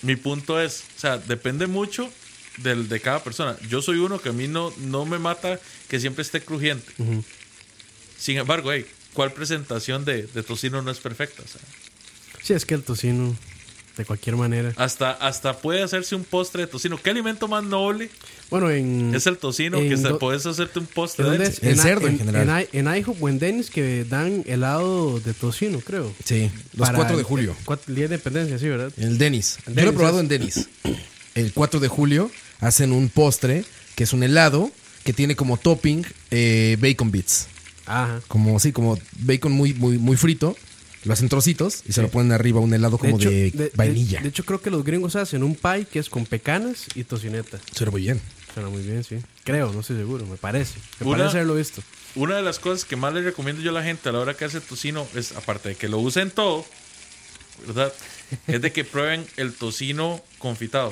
mi punto es, o sea, depende mucho del de cada persona. Yo soy uno que a mí no, no me mata que siempre esté crujiente. Sin embargo, hey, ¿cuál presentación de, de tocino no es perfecta? O sea,
Sí, es que el tocino, de cualquier manera.
hasta, hasta puede hacerse un postre de tocino. ¿Qué alimento más noble
Bueno, en.
es el tocino
en
que se-
do-
puedes hacerte un postre
Eh, ¿en
de
dónde
él?
es?
El
A-
cerdo en general.
En, I- en IHOP o en Dennis que dan helado de tocino, creo.
Sí, los
Para
4 de
el- eh,
julio.
cuatro- el día de independencia, sí, ¿verdad?
El Denis. Yo lo he
Denny's,
probado
es-
en Denis. El 4 de julio hacen un postre que es un helado que tiene como topping eh, bacon bits.
Ajá.
Como sí, como bacon muy, muy, muy frito. Lo hacen trocitos y se lo ponen arriba a un helado como de, vainilla.
De, hecho, creo que los gringos hacen un pie que es con pecanas y tocineta.
Suena muy bien.
Suena muy bien, sí. Creo, no estoy seguro, me parece. Me
Una-
parece haberlo visto.
Una de las cosas que más le recomiendo yo a la gente a la hora que hace tocino es, aparte de que lo usen todo, ¿verdad? Es de que prueben el tocino confitado.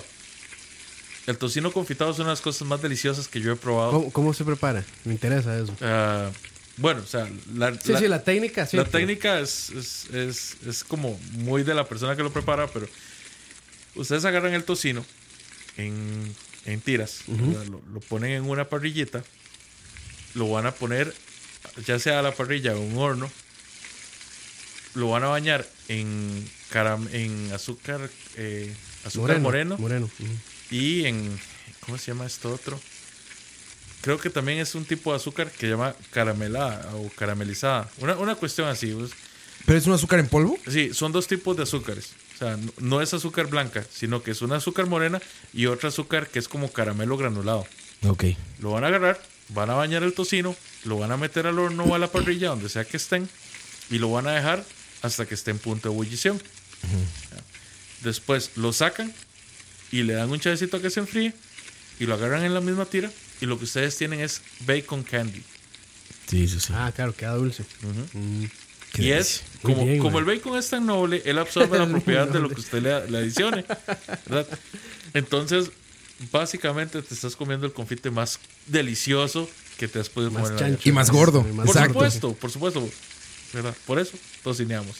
El tocino confitado es una de las cosas más deliciosas que yo he probado.
¿Cómo, cómo se prepara? Me interesa eso.
Ah, bueno, o sea, la,
Sí,
la-
sí, la técnica, sí.
la técnica es, es- es- es como muy de la persona que lo prepara, pero ustedes agarran el tocino en, en tiras, ¿verdad? lo, lo ponen en una parrillita, lo van a poner ya sea a la parrilla o un horno, lo van a bañar en, caram- en azúcar, eh, azúcar moreno,
Moreno. ujú.
y en, ¿cómo se llama esto otro? Creo que también es un tipo de azúcar que se llama caramelada o caramelizada. Una, una cuestión así. pues,
¿Pero es un azúcar en polvo?
Sí, son dos tipos de azúcares. O sea, no, no es azúcar blanca, sino que es una azúcar morena y otra azúcar que es como caramelo granulado.
Ok.
Lo van a agarrar, van a bañar el tocino, lo van a meter al horno o a la parrilla, donde sea que estén, y lo van a dejar hasta que esté en punto de ebullición. Después lo sacan y le dan un chavecito a que se enfríe y lo agarran en la misma tira y lo que ustedes tienen es bacon candy.
Sí, sí, sí.
Ah, claro, queda dulce.
Qué
y
delicia.
es,
Muy
como,
bien,
como el
güey.
bacon es tan noble, él absorbe la
Muy
propiedad de lo
noble.
que usted le, le adicione. ¿verdad? Entonces, básicamente te estás comiendo el confite más delicioso que te has podido
Más
comer en la vida.
chancho.
Y más gordo.
Por
Por
Exacto.
supuesto, por supuesto. ¿verdad? Por eso tocineamos.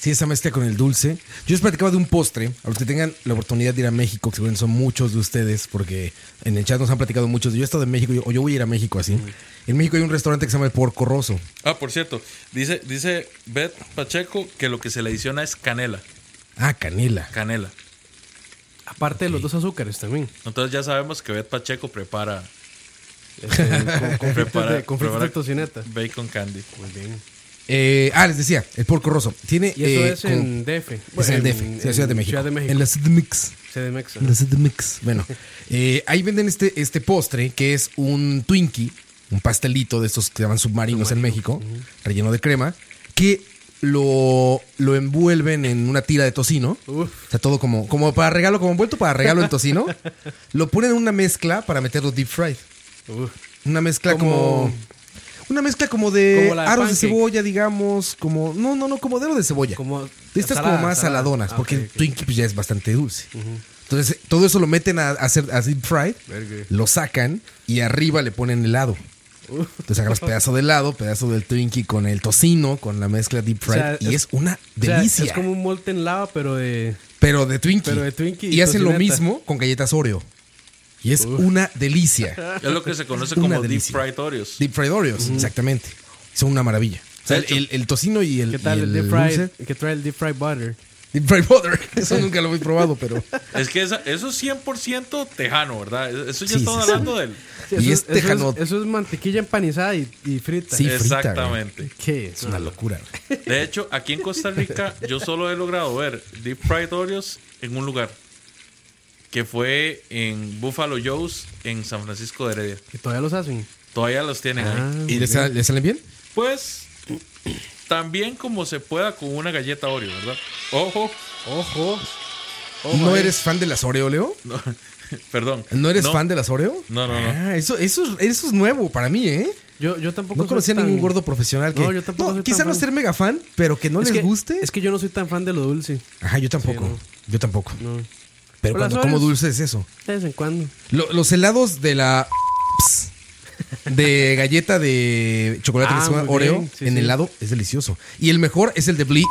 Sí, esa mezcla con el dulce. Yo les platicaba de un postre. A los que tengan la oportunidad de ir a México, que seguramente son muchos de ustedes, porque en el chat nos han platicado muchos. de, Yo he estado en México, yo- o yo voy a ir a México así. En México hay un restaurante que se llama El Porco Rosso.
Ah, por cierto, dice, dice Beth Pacheco que lo que se le adiciona es canela.
Ah, canela.
Canela.
Aparte de los dos azúcares también.
Entonces ya sabemos que Beth Pacheco prepara
Este, con, con fritos
Prepara-
de, con fritos de
prepara-
tocineta.
bacon candy.
Muy bien.
Eh, ah, les decía, El Porco Rosso. Tiene,
Y eso
eh,
es
con-
en DF.
es en el
Bueno,
DF, en la Ciudad de México.
Ciudad de México.
En la CDMX.
CDMX, ajá.
En la CDMX. Bueno, eh, ahí venden este, este postre que es un Twinkie, un pastelito de estos que se llaman submarinos en México, relleno de crema, que lo, lo envuelven en una tira de tocino.
Uf.
O sea, todo como, como para regalo, como envuelto para regalo en tocino. lo ponen en una mezcla para meterlo deep fried.
Uf.
Una mezcla como.
Como-
una mezcla como de
Como la de
aros de
pancake.
cebolla, digamos, como. No, no, no, como de aro de cebolla.
Como
de estas
salada,
como más
salada.
saladonas,
Ah,
porque
ok,
el
ok.
Twinkie pues, ya es bastante dulce. Entonces, todo eso lo meten a, a hacer a deep fried,
Verga.
lo sacan y arriba le ponen helado. Entonces
Uh.
agarras pedazo de helado, pedazo del Twinkie con el tocino, con la mezcla deep fried,
sea,
y es,
es-
una
O sea,
delicia.
es como un molten lava, pero de.
Pero de Twinkie.
Pero de Twinkie y
y hacen lo
tocineta.
mismo con galletas Oreo. Y es una delicia.
Es lo que se conoce
Una
como
delicia.
deep fried Oreos.
Deep fried Oreos, exactamente. Son una maravilla. O sea,
De hecho.
el, el tocino y el,
¿Qué tal
y el
el, deep fried?
dulce.
¿Qué trae el deep fried butter?
Deep fried butter. Eso nunca lo he probado, pero.
Es que esa- eso es 100% tejano, ¿verdad? E-, Eso ya
Sí,
estamos
sí, sí.
hablando del...
Sí,
y
eso
es
eso es-
tejano.
Eso es mantequilla empanizada y, y frita.
Sí, frita, güey.
Exactamente.
¿Qué?
Es una locura. güey.
De hecho, aquí en Costa Rica yo solo he logrado ver deep fried Oreos en un lugar. Que fue en Buffalo Joe's en San Francisco de Heredia.
Que todavía los hacen.
Todavía los tienen ahí.
Ah,
¿Y le sal- le salen bien?
Pues también como se pueda con una galleta Oreo, ¿verdad? Ojo,
ojo. Ojo
¿No
ahí.
eres fan de las Oreo, Leo?
no, perdón.
¿No eres fan de las Oreo?
No, no, no.
Ah, eso, eso, es- eso es nuevo para mí, ¿eh?
Yo, yo tampoco.
No conocía
soy tan-
ningún gordo profesional que.
No, yo tampoco soy
quizá
tan
no
fan.
ser mega fan, pero que no
Es
les
que-
guste.
Es que yo no soy tan fan de lo dulce.
Ajá, yo tampoco.
Sí, no.
Yo tampoco.
No. De
Pero
Pero las
cuando como
Oreos-
dulce es eso.
vez en cuando.
Lo- los helados de la Ps, de galleta de chocolate que
Ah,
se llama
muy bien,
Oreo
sí,
en
sí.
helado es delicioso. Y el mejor es el de Blee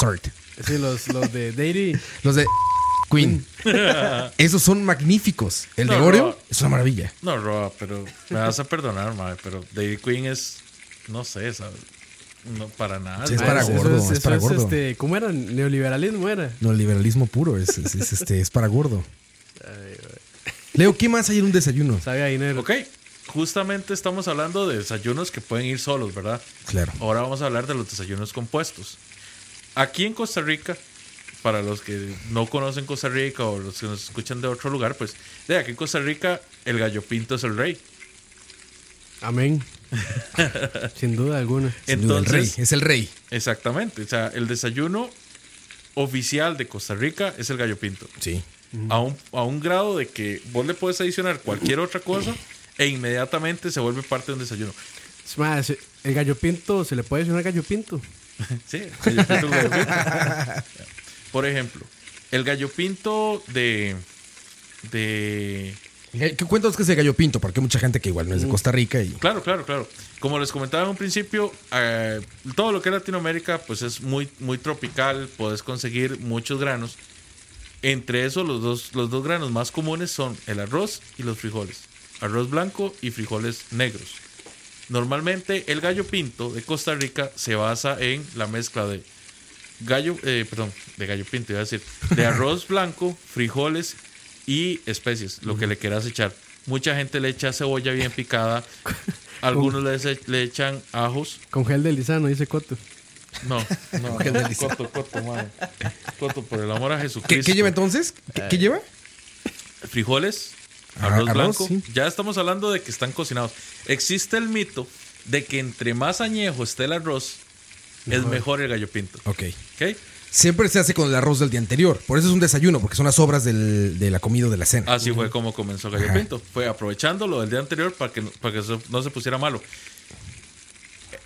Sort.
Sí, los, los de Dairy.
Los de Queen. Esos son magníficos. El de
No,
Oreo
no.
es una maravilla.
No, Roa, pero me vas a perdonar, madre, pero Dairy Queen es, no sé, ¿sabes? No, para nada.
Sí, es
¿sabes?
para
Ah, eso
gordo, es
eso
para gordo.
Este, ¿Cómo era? Neoliberalismo era.
No, el liberalismo puro es, es- es, este, es para gordo. Leo, ¿qué más hay en un desayuno?
Sabía a dinero.
Ok, justamente estamos hablando de desayunos que pueden ir solos, ¿verdad?
Claro.
Ahora vamos a hablar de los desayunos compuestos. Aquí en Costa Rica, para los que no conocen Costa Rica o los que nos escuchan de otro lugar, pues de aquí en Costa Rica el gallo pinto es el rey.
Amén. Sin duda alguna.
Sin duda, el
Entonces,
rey, es el rey.
exactamente, o sea, el desayuno oficial de Costa Rica es el gallo pinto.
Sí.
a un, a un grado de que vos le puedes adicionar cualquier otra cosa e inmediatamente se vuelve parte de un desayuno.
Es más, el gallo pinto, se le puede decir un gallo pinto.
Sí, el gallo pinto, el gallo pinto. Por ejemplo, el gallo pinto de. de
Eh, ¿Qué cuentas que es el gallo pinto? Porque hay mucha gente que igual no es de Costa Rica y.
Mm. claro, claro, claro. Como les comentaba en un principio, eh, todo lo que es Latinoamérica pues es muy, muy tropical, puedes conseguir muchos granos. Entre esos, los dos, los dos granos más comunes son el arroz y los frijoles. Arroz blanco y frijoles negros. Normalmente el gallo pinto de Costa Rica se basa en la mezcla de gallo, eh, perdón, de gallo pinto, iba a decir, de arroz blanco, frijoles y especies, lo que le quieras echar. Mucha gente le echa cebolla bien picada, algunos les e- le echan ajos,
Con gel de lisano, dice Coto.
no, no, coto, coto, mano. coto, por el amor a
¿Qué,
Jesucristo.
qué lleva entonces? ¿Qué,
Eh.
qué lleva?
frijoles,
Ajá,
arroz
Ah, arroz,
blanco.
sí.
Ya estamos hablando de que están cocinados. Existe el mito de que entre más añejo esté el arroz, es mejor el gallo pinto.
Ok.
¿Ok?
Siempre se hace con el arroz del día anterior. Por eso es un desayuno, porque son las sobras del, de la comida o de la cena.
Así fue como comenzó el gallo
Ajá.
pinto. Fue aprovechando lo del día anterior para que, no- para que eso no se pusiera malo.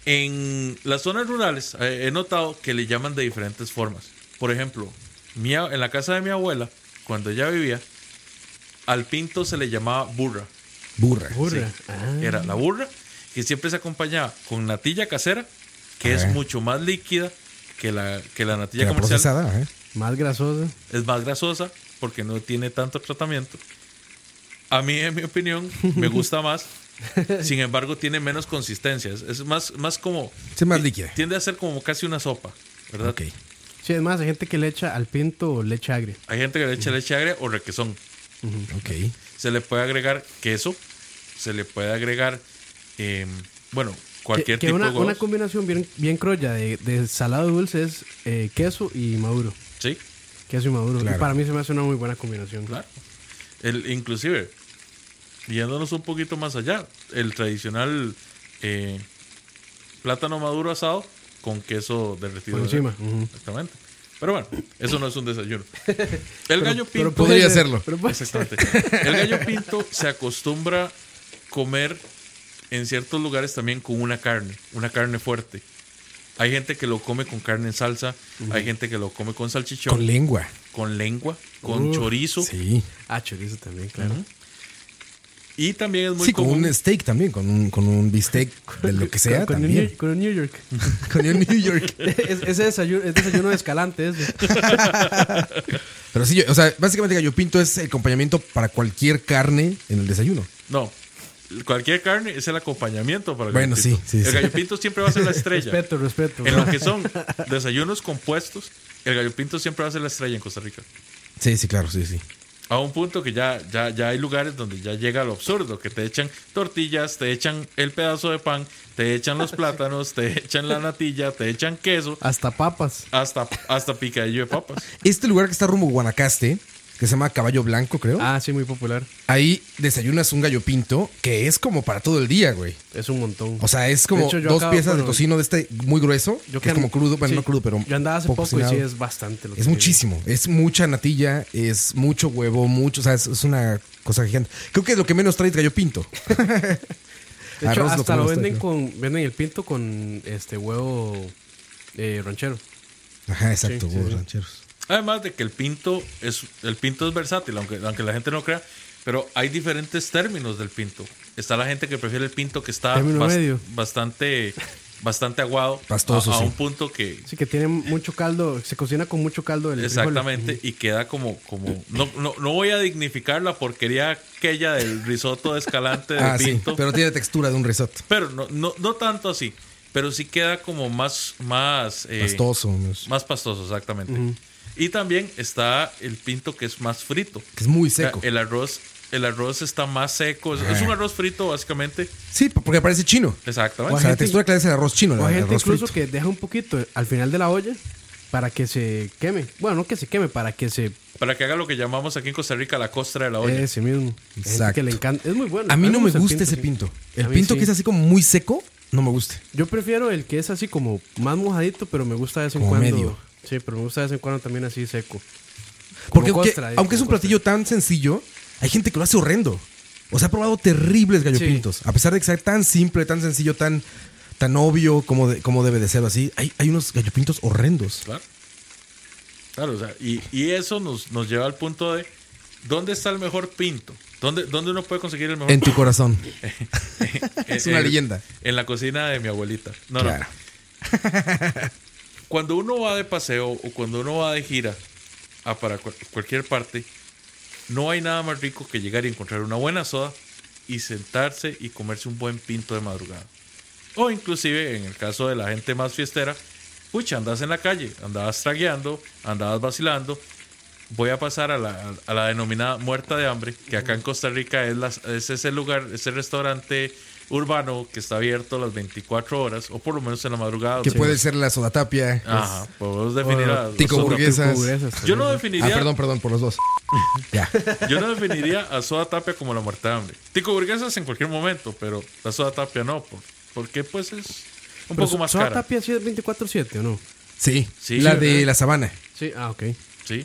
En las zonas rurales eh, he notado que le llaman de diferentes formas. Por ejemplo, mi a- en la casa de mi abuela, cuando ella vivía, al pinto se le llamaba burra.
Burra.
Burra.
Sí.
Ah,
Era la burra, que siempre se acompañaba con natilla casera, que
Ajá.
es mucho más líquida que la, que la natilla
Que la
comercial
procesada, ¿eh?
Más grasosa.
es más grasosa porque no tiene tanto tratamiento. A mí, en mi opinión, me gusta más. Sin embargo, tiene menos consistencia. Es- Es más, más como.
Sí, más líquida.
Tiende a ser como casi una sopa, ¿verdad?
Ok.
Sí, es más, hay gente que le echa al pinto leche agria.
Hay gente que le echa leche agria o requesón.
Ok.
Se le puede agregar queso, se le puede agregar, eh, bueno, cualquier
que, que
tipo
una,
de huevos.
una combinación bien, bien croya de, de salado dulce es eh, queso y maduro.
Sí,
Queso y maduro.
Claro.
Y para mí se me hace una muy buena combinación.
claro. El, inclusive, yéndonos un poquito más allá, el tradicional eh, plátano maduro asado con queso derretido.
Por encima,
¿verdad?
ujú.
Exactamente. Pero bueno, eso no es un desayuno. El gallo
Pero
pinto.
puede
Podría
ser,
hacerlo.
pues. pero puede ser.
Exactamente. El gallo pinto se acostumbra comer en ciertos lugares también con una carne, una carne fuerte. Hay gente que lo come con carne en salsa, hay gente que lo come con salchichón,
Con
con,
lengua.
lengua, con chorizo.
Sí.
Ah, chorizo también, claro.
Y también es muy
Sí, con
común.
un steak también, con un, con un bistec de lo que sea
con, el New,
también.
con el New York.
Con un New York.
Es- ese desayuno, es desayuno de escalante ese.
Pero sí, yo- o sea, básicamente gallo pinto es el acompañamiento para cualquier carne en el desayuno.
No, cualquier carne es el acompañamiento para el
Bueno,
gallo pinto.
sí, sí,
El
sí.
gallo pinto siempre va a ser la estrella.
Respeto, respeto.
En lo que son desayunos compuestos, el gallo pinto siempre va a ser la estrella en Costa Rica.
Sí, sí, claro, sí, sí.
A un punto que ya, ya, ya hay lugares donde ya llega lo absurdo, que te echan tortillas, te echan el pedazo de pan, te echan los plátanos, te echan la natilla, te echan queso,
Hasta papas.
hasta, hasta picadillo de papas.
Este lugar que está rumbo a Guanacaste, que se llama Caballo Blanco, creo.
Ah, sí, muy popular.
Ahí desayunas un gallo pinto que es como para todo el día, güey.
Es un montón.
O sea, es como
De hecho, yo
dos
acabo-
piezas de
bueno,
tocino de este muy grueso,
yo
que es
que-
como crudo, bueno,
sí,
no crudo, pero
Yo andaba hace poco, y
cocinado.
sí es bastante. lo que
Es
tiene.
muchísimo, es mucha natilla, es mucho huevo, mucho, o sea, es, es una cosa gigante. Creo que es lo que menos trae es gallo pinto.
De hecho,
Arroz lo
hasta lo
comemos
venden
todo,
con venden el pinto con este huevo eh, ranchero.
Ajá, exacto,
Sí, sí,
huevos
sí.
rancheros.
Además de que el pinto es, el pinto es versátil, aunque, aunque la gente no crea, pero hay diferentes términos del pinto. Está la gente que prefiere el pinto que está
Término medio.
bastante, bastante aguado,
Pastoso,
a, a
sí.
un punto que,
Así que tiene mucho caldo, se cocina con mucho caldo del frijol.
Exactamente, y queda como, como no, no, no voy a dignificar la porquería aquella del risotto de escalante de
Ah, sí,
pinto, pero,
pero tiene textura de un risotto.
no, no, no tanto así, pero sí queda como más, más eh,
Pastoso, ¿no? Es-
Más pastoso, exactamente. Y también está el pinto que es más frito.
que es muy
O sea,
seco. Ah.
El arroz, el arroz está más seco. Es, es un arroz frito, básicamente.
Sí, porque parece chino.
Exactamente.
O sea, la
gente-
textura que le hace el arroz chino, el
O hay gente
arroz
incluso
frito.
que deja un poquito al final de la olla para que se queme. Bueno, no que se queme, para que se
Para que haga lo que llamamos aquí en Costa Rica la costra de la olla.
ese mismo. Hay gente
Exacto.
que le encanta, es muy bueno.
A mí no me
el
gusta ese
sí.
pinto.
A
El
mí
pinto
sí.
que es así como muy seco, no me gusta.
Yo prefiero el que es así como más mojadito, pero me gusta de vez en
Como
cuando.
medio.
Sí, pero me gusta de vez en cuando también así seco.
Porque
Como
aunque,
costra,
aunque es un
como costra.
platillo tan sencillo, hay gente que lo hace horrendo. O sea, ha probado terribles gallo
Sí.
pintos. A pesar de que sea tan simple, tan sencillo, tan, tan obvio como, de- como debe de ser así, hay, hay unos gallo pintos horrendos.
Claro. Claro, o sea, y, y eso nos, nos lleva al punto de ¿dónde está el mejor pinto? ¿Dónde, dónde uno puede conseguir el mejor
En tu corazón. es
En-
una
en-
leyenda.
En la cocina de mi abuelita. No,
Claro.
no. Cuando uno va de paseo o cuando uno va de gira a para cual- cualquier parte, no hay nada más rico que llegar y encontrar una buena soda y sentarse y comerse un buen pinto de madrugada. O inclusive, en el caso de la gente más fiestera, pucha, andas en la calle, andabas tragueando, andabas vacilando. Voy a pasar a la, a la denominada muerta de hambre, que acá en Costa Rica es, las- es ese lugar, ese restaurante urbano que está abierto las 24 horas, o por lo menos en la madrugada.
Que
Sí.
puede ser la sodatapia.
Ajá, podemos definir a-
Tico
a soda-
Burgués. Hamburguesas.
hamburguesas
Yo no
también.
Ah,
definiría,
perdón, perdón, por los dos. ya.
yo no definiría a Soda Tapia como la muerte de hambre. Tico burguesas en cualquier momento, pero la Soda Tapia no, por- porque pues es un
Pero
poco más
Soda
cara.
Tapia sí es 24-7 o no?
Sí,
Sí,
la
sí,
de
¿verdad?
la sabana.
Sí, ah, ok.
Sí.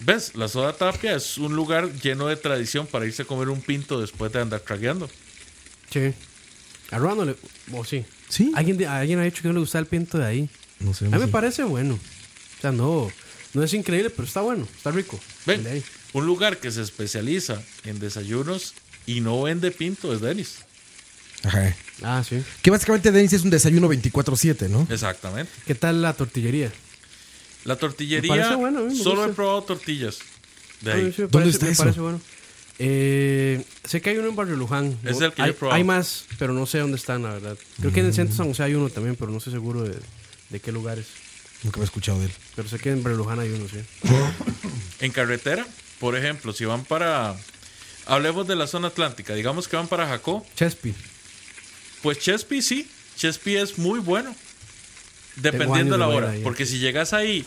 ¿Ves? La Soda Tapia es un lugar lleno de tradición para irse a comer un pinto después de andar tragueando.
Sí. A Ruano le. O sí.
Sí.
Alguien, de- alguien ha dicho que no le gusta el pinto de ahí.
No sé,
A
no
mí me
sé.
parece bueno. O sea, no. No es increíble, pero está bueno. Está rico. El
Ven,
de ahí.
un lugar que se especializa en desayunos y no vende pinto es Denis.
Ajá.
Ah, sí.
Que básicamente Dennis es un desayuno 24-7, ¿no?
Exactamente.
¿Qué tal la tortillería?
La
Me
tortillería,
parece bueno, a mí me
solo
gusta.
he probado tortillas. De
A mí
ahí.
sí me
¿Dónde
parece-
está
me
eso?
parece bueno. Eh, sé que hay uno en Barrio Luján.
Es
Yo-
el que yo
hay,
he probado.
hay más, pero no sé dónde están, la verdad. Creo
Mm.
que en el centro de San José hay uno también, pero no estoy seguro de, de qué lugares.
Nunca había escuchado de él.
Pero sé que en Barrio Luján hay uno, sí.
En carretera, por ejemplo, si van para. Hablemos de la zona atlántica. Digamos que van para Jacó.
Chespi.
Pues Chespi sí. Chespi es muy bueno.
años
Dependiendo de
de
la
no ir
hora.
ahí.
Porque si llegas ahí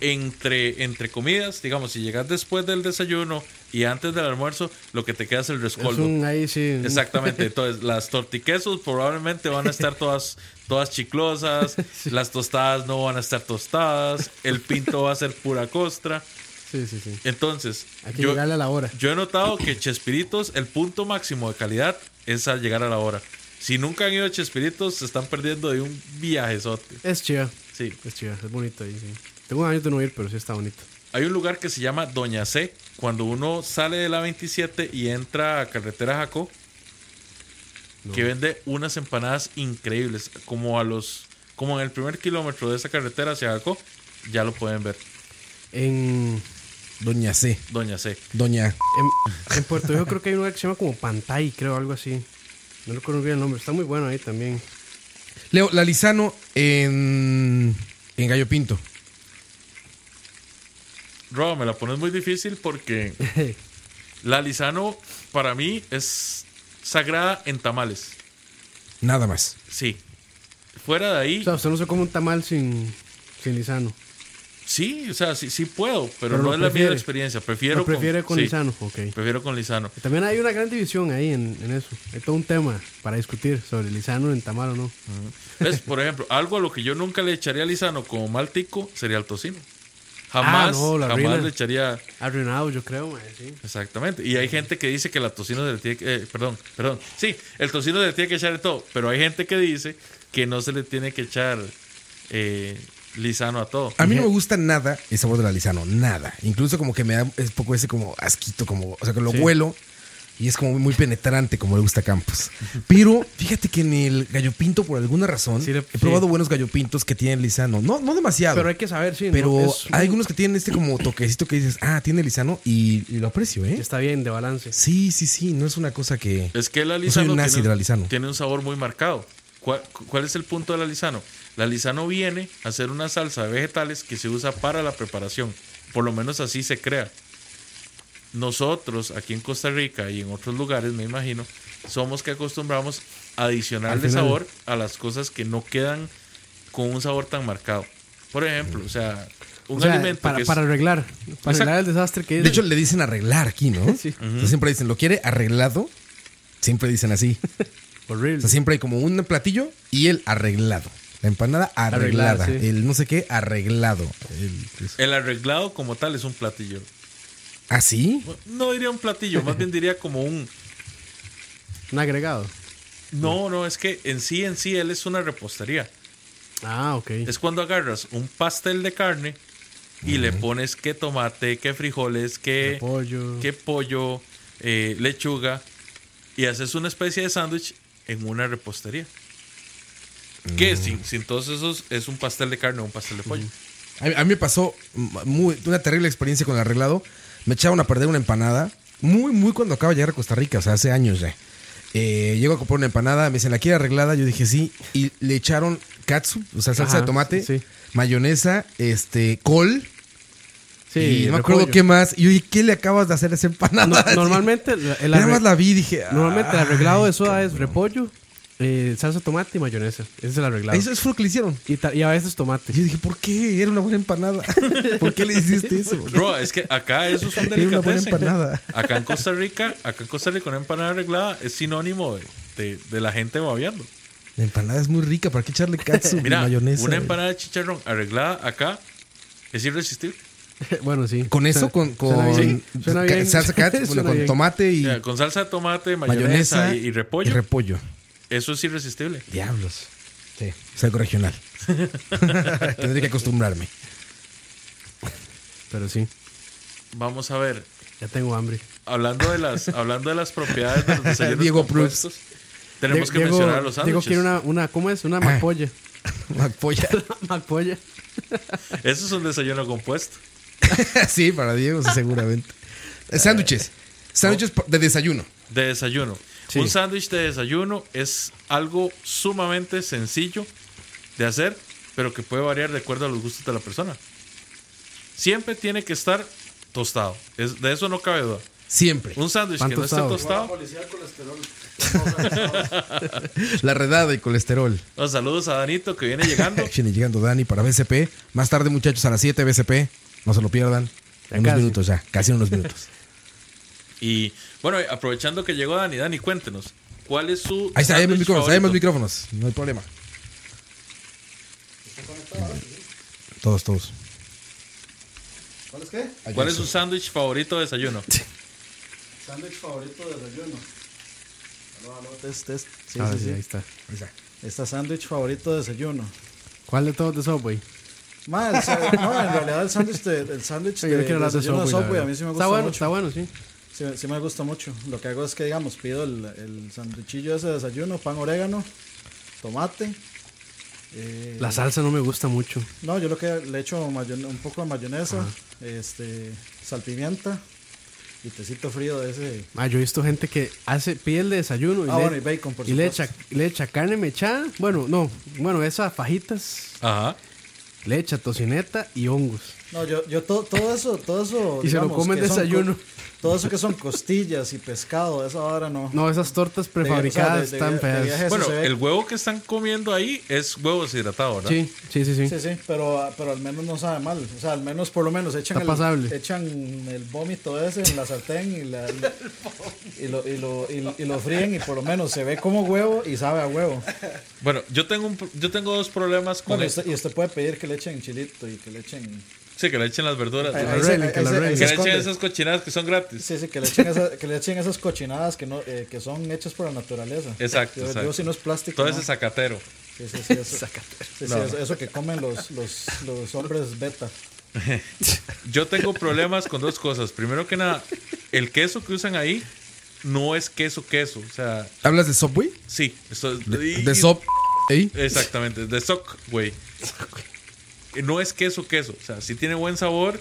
entre, entre comidas, digamos, si llegas después del desayuno y antes del almuerzo, lo que te queda es el
Es
rescoldo.
un ahí, sí. un-
Exactamente, entonces las tortiquesos probablemente van a estar todas, todas chiclosas, las tostadas no van a estar tostadas, el pinto va a ser pura costra.
Sí, sí, sí.
Entonces,
Hay que
yo,
llegarle a la hora.
yo he notado que Chespiritos, el punto máximo de calidad es al llegar a la hora. Si nunca han ido a Chespiritos, se están perdiendo de un viajezote.
Es chiva.
Sí,
Es chiva. Es bonito ahí, sí. Tengo años de no ir, pero sí está bonito.
hay un lugar que se llama Doña C. Cuando uno sale de la 27 y entra a Carretera Jacó, que vende unas empanadas increíbles. Como a los, como en el primer kilómetro de esa carretera hacia Jacó, ya lo pueden ver.
En,
Doña C.
Doña C.
Doña.
en, en Puerto Rico creo que hay un lugar que se llama como Pantay, creo, algo así. No recuerdo bien el nombre. Está muy bueno ahí también.
Leo, Lalizano en. En Gallo Pinto.
Rob, me la pones muy difícil porque la Lizano para mí es sagrada en tamales.
Nada más.
Sí. Fuera de ahí,
O sea, usted no se come un tamal sin, sin lisano.
sí, o sea, sí, sí puedo, pero,
Pero
no
lo
es la misma
prefiere.
experiencia. Prefiero
Lo prefiere con
sí,
lisano, ok.
Prefiero con Lizano.
También hay una gran división ahí en, en eso. Hay todo un tema para discutir sobre lisano en tamal o no.
¿Ves? Por ejemplo, algo a lo que yo nunca le echaría a Lizano como mal tico sería el tocino. Jamás,
Ah, no, la
jamás
arruinan.
le echaría.
Arruinado, yo creo, mae, sí.
Exactamente. Y hay gente que dice que la tocino se le tiene que. eh, perdón, perdón. Sí, el tocino se le tiene que echar de todo. Pero hay gente que dice que no se le tiene que echar eh, Lizano a todo.
A mí no me gusta nada el sabor del alisano, nada. Incluso como que me da un poco ese como asquito, como, o sea, que lo vuelo y es como muy penetrante como le gusta a Campos. Pero fíjate que en el gallo pinto, por alguna razón,
Sí, le-
he probado
sí.
buenos gallo pintos que tienen lisano. No, no demasiado.
Pero
Pero,
hay que saber, sí. ¿no? Es-
hay algunos que tienen este como toquecito que dices, ah, tiene lisano y, y lo aprecio, ¿eh?
Está bien, de balance.
Sí, sí, sí, no es una cosa que...
Es que el
No soy
alisano
un nazi
tiene,
del alisano.
tiene un sabor muy marcado. ¿Cuál, cuál es el punto del alisano? La alisano viene a hacer una salsa de vegetales que se usa para la preparación. Por lo menos así se crea. Nosotros aquí en Costa Rica y en otros lugares, me imagino, somos que acostumbramos a adicionarle
Al final.
sabor a las cosas que no quedan con un sabor tan marcado. Por ejemplo, o sea, un
O sea,
alimento
para,
que es-
para arreglar. Para
Exacto.
arreglar el desastre que es.
De hecho, le dicen arreglar aquí, ¿no?
Sí.
O sea, siempre dicen, ¿lo quiere arreglado? Siempre dicen así. O
horrible.
sea, siempre hay como un platillo y el arreglado. La empanada arreglada.
Arreglada, sí.
El no sé qué arreglado. El- pues,
el arreglado como tal es un platillo.
¿Ah, sí?
No diría un platillo, más bien diría como un
Un agregado.
No, no, es que en sí, en sí, él es una repostería.
Ah, ok.
Es cuando agarras un pastel de carne y le pones que tomate, que frijoles, que
De pollo.
que pollo, eh, lechuga, y haces una especie de sándwich en una repostería. Que sin, sin todos esos es un pastel de carne o un pastel de pollo.
A, a mí me pasó mm, muy- una terrible experiencia con el arreglado. Me echaron a perder una empanada. Muy, muy cuando acaba de llegar a Costa Rica, o sea, hace años ya. Eh, llego a comprar una empanada, me dicen, ¿la quiere arreglada? Yo dije sí. Y le echaron katsu, o sea, salsa
Ajá,
de tomate,
sí, sí.
mayonesa, este, col.
Sí,
y no me acuerdo
repollo.
qué más. Y yo dije, ¿qué le acabas de hacer a esa empanada?
No-
Así.
normalmente el, el
Nada
arre-
más la vi y dije. "Ah".
normalmente el arreglado de soda es repollo, eh, salsa de tomate y mayonesa. Ese es el arreglado.
Eso, eso fue lo que le hicieron.
Y, ta- y a veces tomate.
Y yo dije, ¿por qué? Era una buena empanada. ¿Por qué le hiciste eso?
Bro, es que acá esos son
Tiene una buena
delicatessen.
empanada.
Acá en Costa Rica, acá en Costa Rica una empanada arreglada es sinónimo de, de- de la gente babeando.
La empanada es muy rica, ¿para qué echarle katsu y
Mira,
mayonesa?
una empanada de chicharrón arreglada acá es irresistible.
bueno, sí.
Con eso,
Suena-
con, con
suena bien, suena
ca-
bien.
salsa katsu, bueno,
Suena
con
bien.
tomate y
Mira, con salsa de tomate, mayonesa,
mayonesa
y, y repollo.
y repollo.
eso es irresistible.
Diablos. Sí, es algo regional. Tendré que acostumbrarme.
Pero sí,
Vamos a ver.
ya tengo hambre.
Hablando de las, hablando de las propiedades de los desayunos
Diego
compuestos, Tenemos
Die-
que
Diego-
mencionar a los
Diego
sándwiches.
quiere una, una, ¿cómo es? Una mapolla.
Macpolla.
mapolla.
Eso es un desayuno compuesto.
sí, para Diego, sí, seguramente. Eh, Sándwiches. Sándwiches pa- de desayuno.
De desayuno.
Sí.
Un sándwich de desayuno es algo sumamente sencillo de hacer, pero que puede variar de acuerdo a los gustos de la persona. Siempre tiene que estar tostado. Es- de eso no cabe duda.
Siempre.
Un sándwich
Pan
que no esté
tostado.
tostado.
La redada y colesterol.
Los saludos a Danito que viene llegando.
Viene llegando Dani para BCP. Más tarde, muchachos, a las 7 BCP. No se lo pierdan.
Ya
unos
casi.
minutos ya, casi en unos minutos.
y bueno, aprovechando que llegó Dani, Dani, cuéntenos. ¿Cuál es su.
Ahí está, ahí hay más
sándwich
micrófonos, ahí hay más
favorito?
micrófonos. No hay problema. Todos, todos.
¿Cuál es qué?
Ahí
¿Cuál es
está.
su sándwich favorito de desayuno?
Sándwich favorito de desayuno. Aló, aló, test, test. Sí,
Ah,
sí,
sí,
sí.
ahí está.
Ahí está.
Está sándwich favorito de desayuno.
¿Cuál de todos de Subway?
Ma, el sa- no, en realidad el sándwich de, el sándwich
Sí,
de,
yo no quiero hablar de
desayuno
Subway.
de
la
Subway,
verdad.
a mí sí me gusta
está bueno,
mucho.
está bueno, sí.
Sí, sí me gusta mucho. Lo que hago es que, digamos, pido el, el sándwichillo ese de desayuno, pan orégano, tomate. eh,
La salsa no me gusta mucho.
No, yo lo que le echo mayone- un poco de mayonesa, este, salpimienta y tecito frío de ese.
Ah, yo he visto gente que hace, pide el desayuno y,
Ah,
le,
bueno, y bacon, por
y le
supuesto.
echa, le echa carne mechada. Bueno, no, bueno, esas fajitas,
Ajá.
le echa tocineta y hongos.
No, yo, yo to- todo eso, todo eso.
Y se lo
digamos,
come en
que son co-
desayuno.
Todo eso que son costillas y pescado, esa hora no.
No, esas tortas
De- o sea, de-
prefabricadas
de-
están
de
feas.
viaje se
Bueno,
ve-
el huevo que están comiendo ahí es huevo deshidratado, ¿verdad?
Sí, sí, sí, sí.
Sí, sí, pero, pero al menos no sabe mal. O sea, al menos, por lo menos, echan,
Está
el,
pasable.
echan el vómito ese en la sartén y, la- y, lo, y, lo, y- y lo fríen y por lo menos se ve como huevo y sabe a huevo.
Bueno, yo tengo un, pro- yo tengo dos problemas con
Bueno, y
esto.
usted, y usted puede pedir que le echen chilito y que le echen.
Sí, que le echen las verduras.
Ahí-
lo
ahí se-
arreglen,
ahí
que lo
se- ahí
arreglen.
se
que le echen
esconde.
esas cochinadas que son gratis.
Sí, sí, que le echen, esa- que le echen esas cochinadas que, no, eh, que son hechas por la naturaleza.
Exacto,
Yo, yo
exacto.
si no es plástico.
Todo
no.
ese zacatero.
Sí, sí, sí, eso, sí, sí, eso, eso que comen los, los, los hombres beta.
Yo tengo problemas con dos cosas. Primero que nada, el queso que usan ahí no es queso queso. O sea,
¿Hablas de Subway?
sí. Eso, es-
De Sub. ¿eh?
Exactamente, de sock, güey. No es queso queso. O sea, sí tiene buen sabor,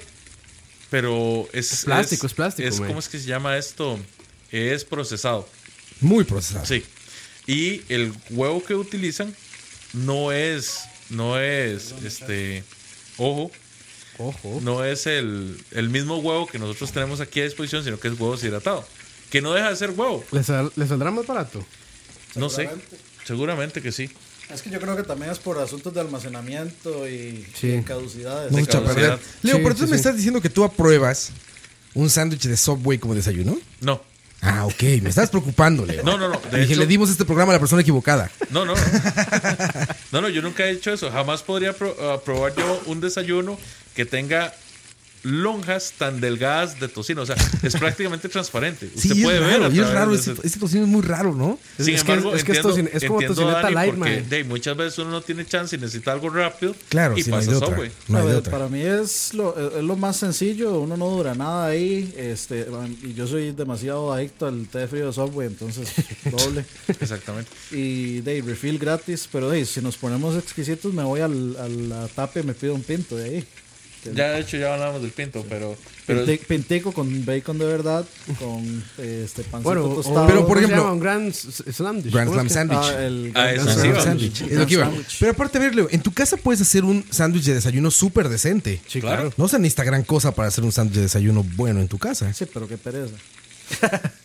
pero es...
Es plástico, es plástico,
Es,
güey.
¿Cómo es que se llama esto? Es procesado.
Muy procesado.
Sí. Y el huevo que utilizan no es, no es, este, ojo,
Ojo.
no es el, el mismo huevo que nosotros tenemos aquí a disposición, sino que es huevo deshidratado. Que no deja de ser huevo.
¿Le, sal- le saldrá más barato?
No sé. Seguramente que sí.
Es que yo creo que también es por asuntos de almacenamiento y,
Sí.
y caducidades.
No se
De
echa a perder.
caducidad.
Leo,
Sí,
pero tú
sí,
me
sí.
estás diciendo que tú apruebas un sándwich de Subway como desayuno.
No.
Ah, ok. Me estás preocupando, Leo.
No, no, no. De
Dije,
hecho-
le dimos este programa a la persona equivocada.
No, no. No, no, no, yo nunca he hecho eso. Jamás podría pro- ah, probar yo un desayuno que tenga lonjas tan delgadas de tocino. O sea, es prácticamente transparente. Usted
sí,
puede
es
ver.
raro.
a
y es
través
raro.
de
Este,
ese-
este tocino es muy raro, ¿no?
Sin
es que-
embargo,
es que es
entiendo-
tocin- es como
entiendo a
tocineta
Dani
light,
porque,
mae.
de, muchas veces uno no tiene chance y necesita algo rápido.
Claro,
y
sí, no hay
pasa
de otra.
Subway.
No hay de
Para-
otra.
pues, Para mí es lo, es lo más sencillo, uno no dura nada ahí, este, y yo soy demasiado adicto al té frío de Subway, entonces doble.
Exactamente.
Y de ahí, refill gratis, pero de ahí, si nos ponemos exquisitos me voy al, a la tapa y me pido un pinto de ahí.
Ya de hecho ya hablábamos del pinto, pero, pero
Pinti- Pintico con bacon de verdad, con este pancito
Bueno, o-
tostado.
Pero, por
¿cómo se
ejemplo-
llama? pues, un Grand S- Slam Dish.
Grand
¿Cómo
Slam
es que-
Sandwich.
Ah, el
Ah, eso sí,
Grand
vamos.
sándwich. Es lo que iba. Pero aparte, a ver, Leo, en tu casa puedes hacer un sándwich de desayuno súper decente.
Sí,
Claro.
claro.
No se necesita gran cosa para hacer un sándwich de desayuno bueno en tu casa.
Sí, pero qué pereza.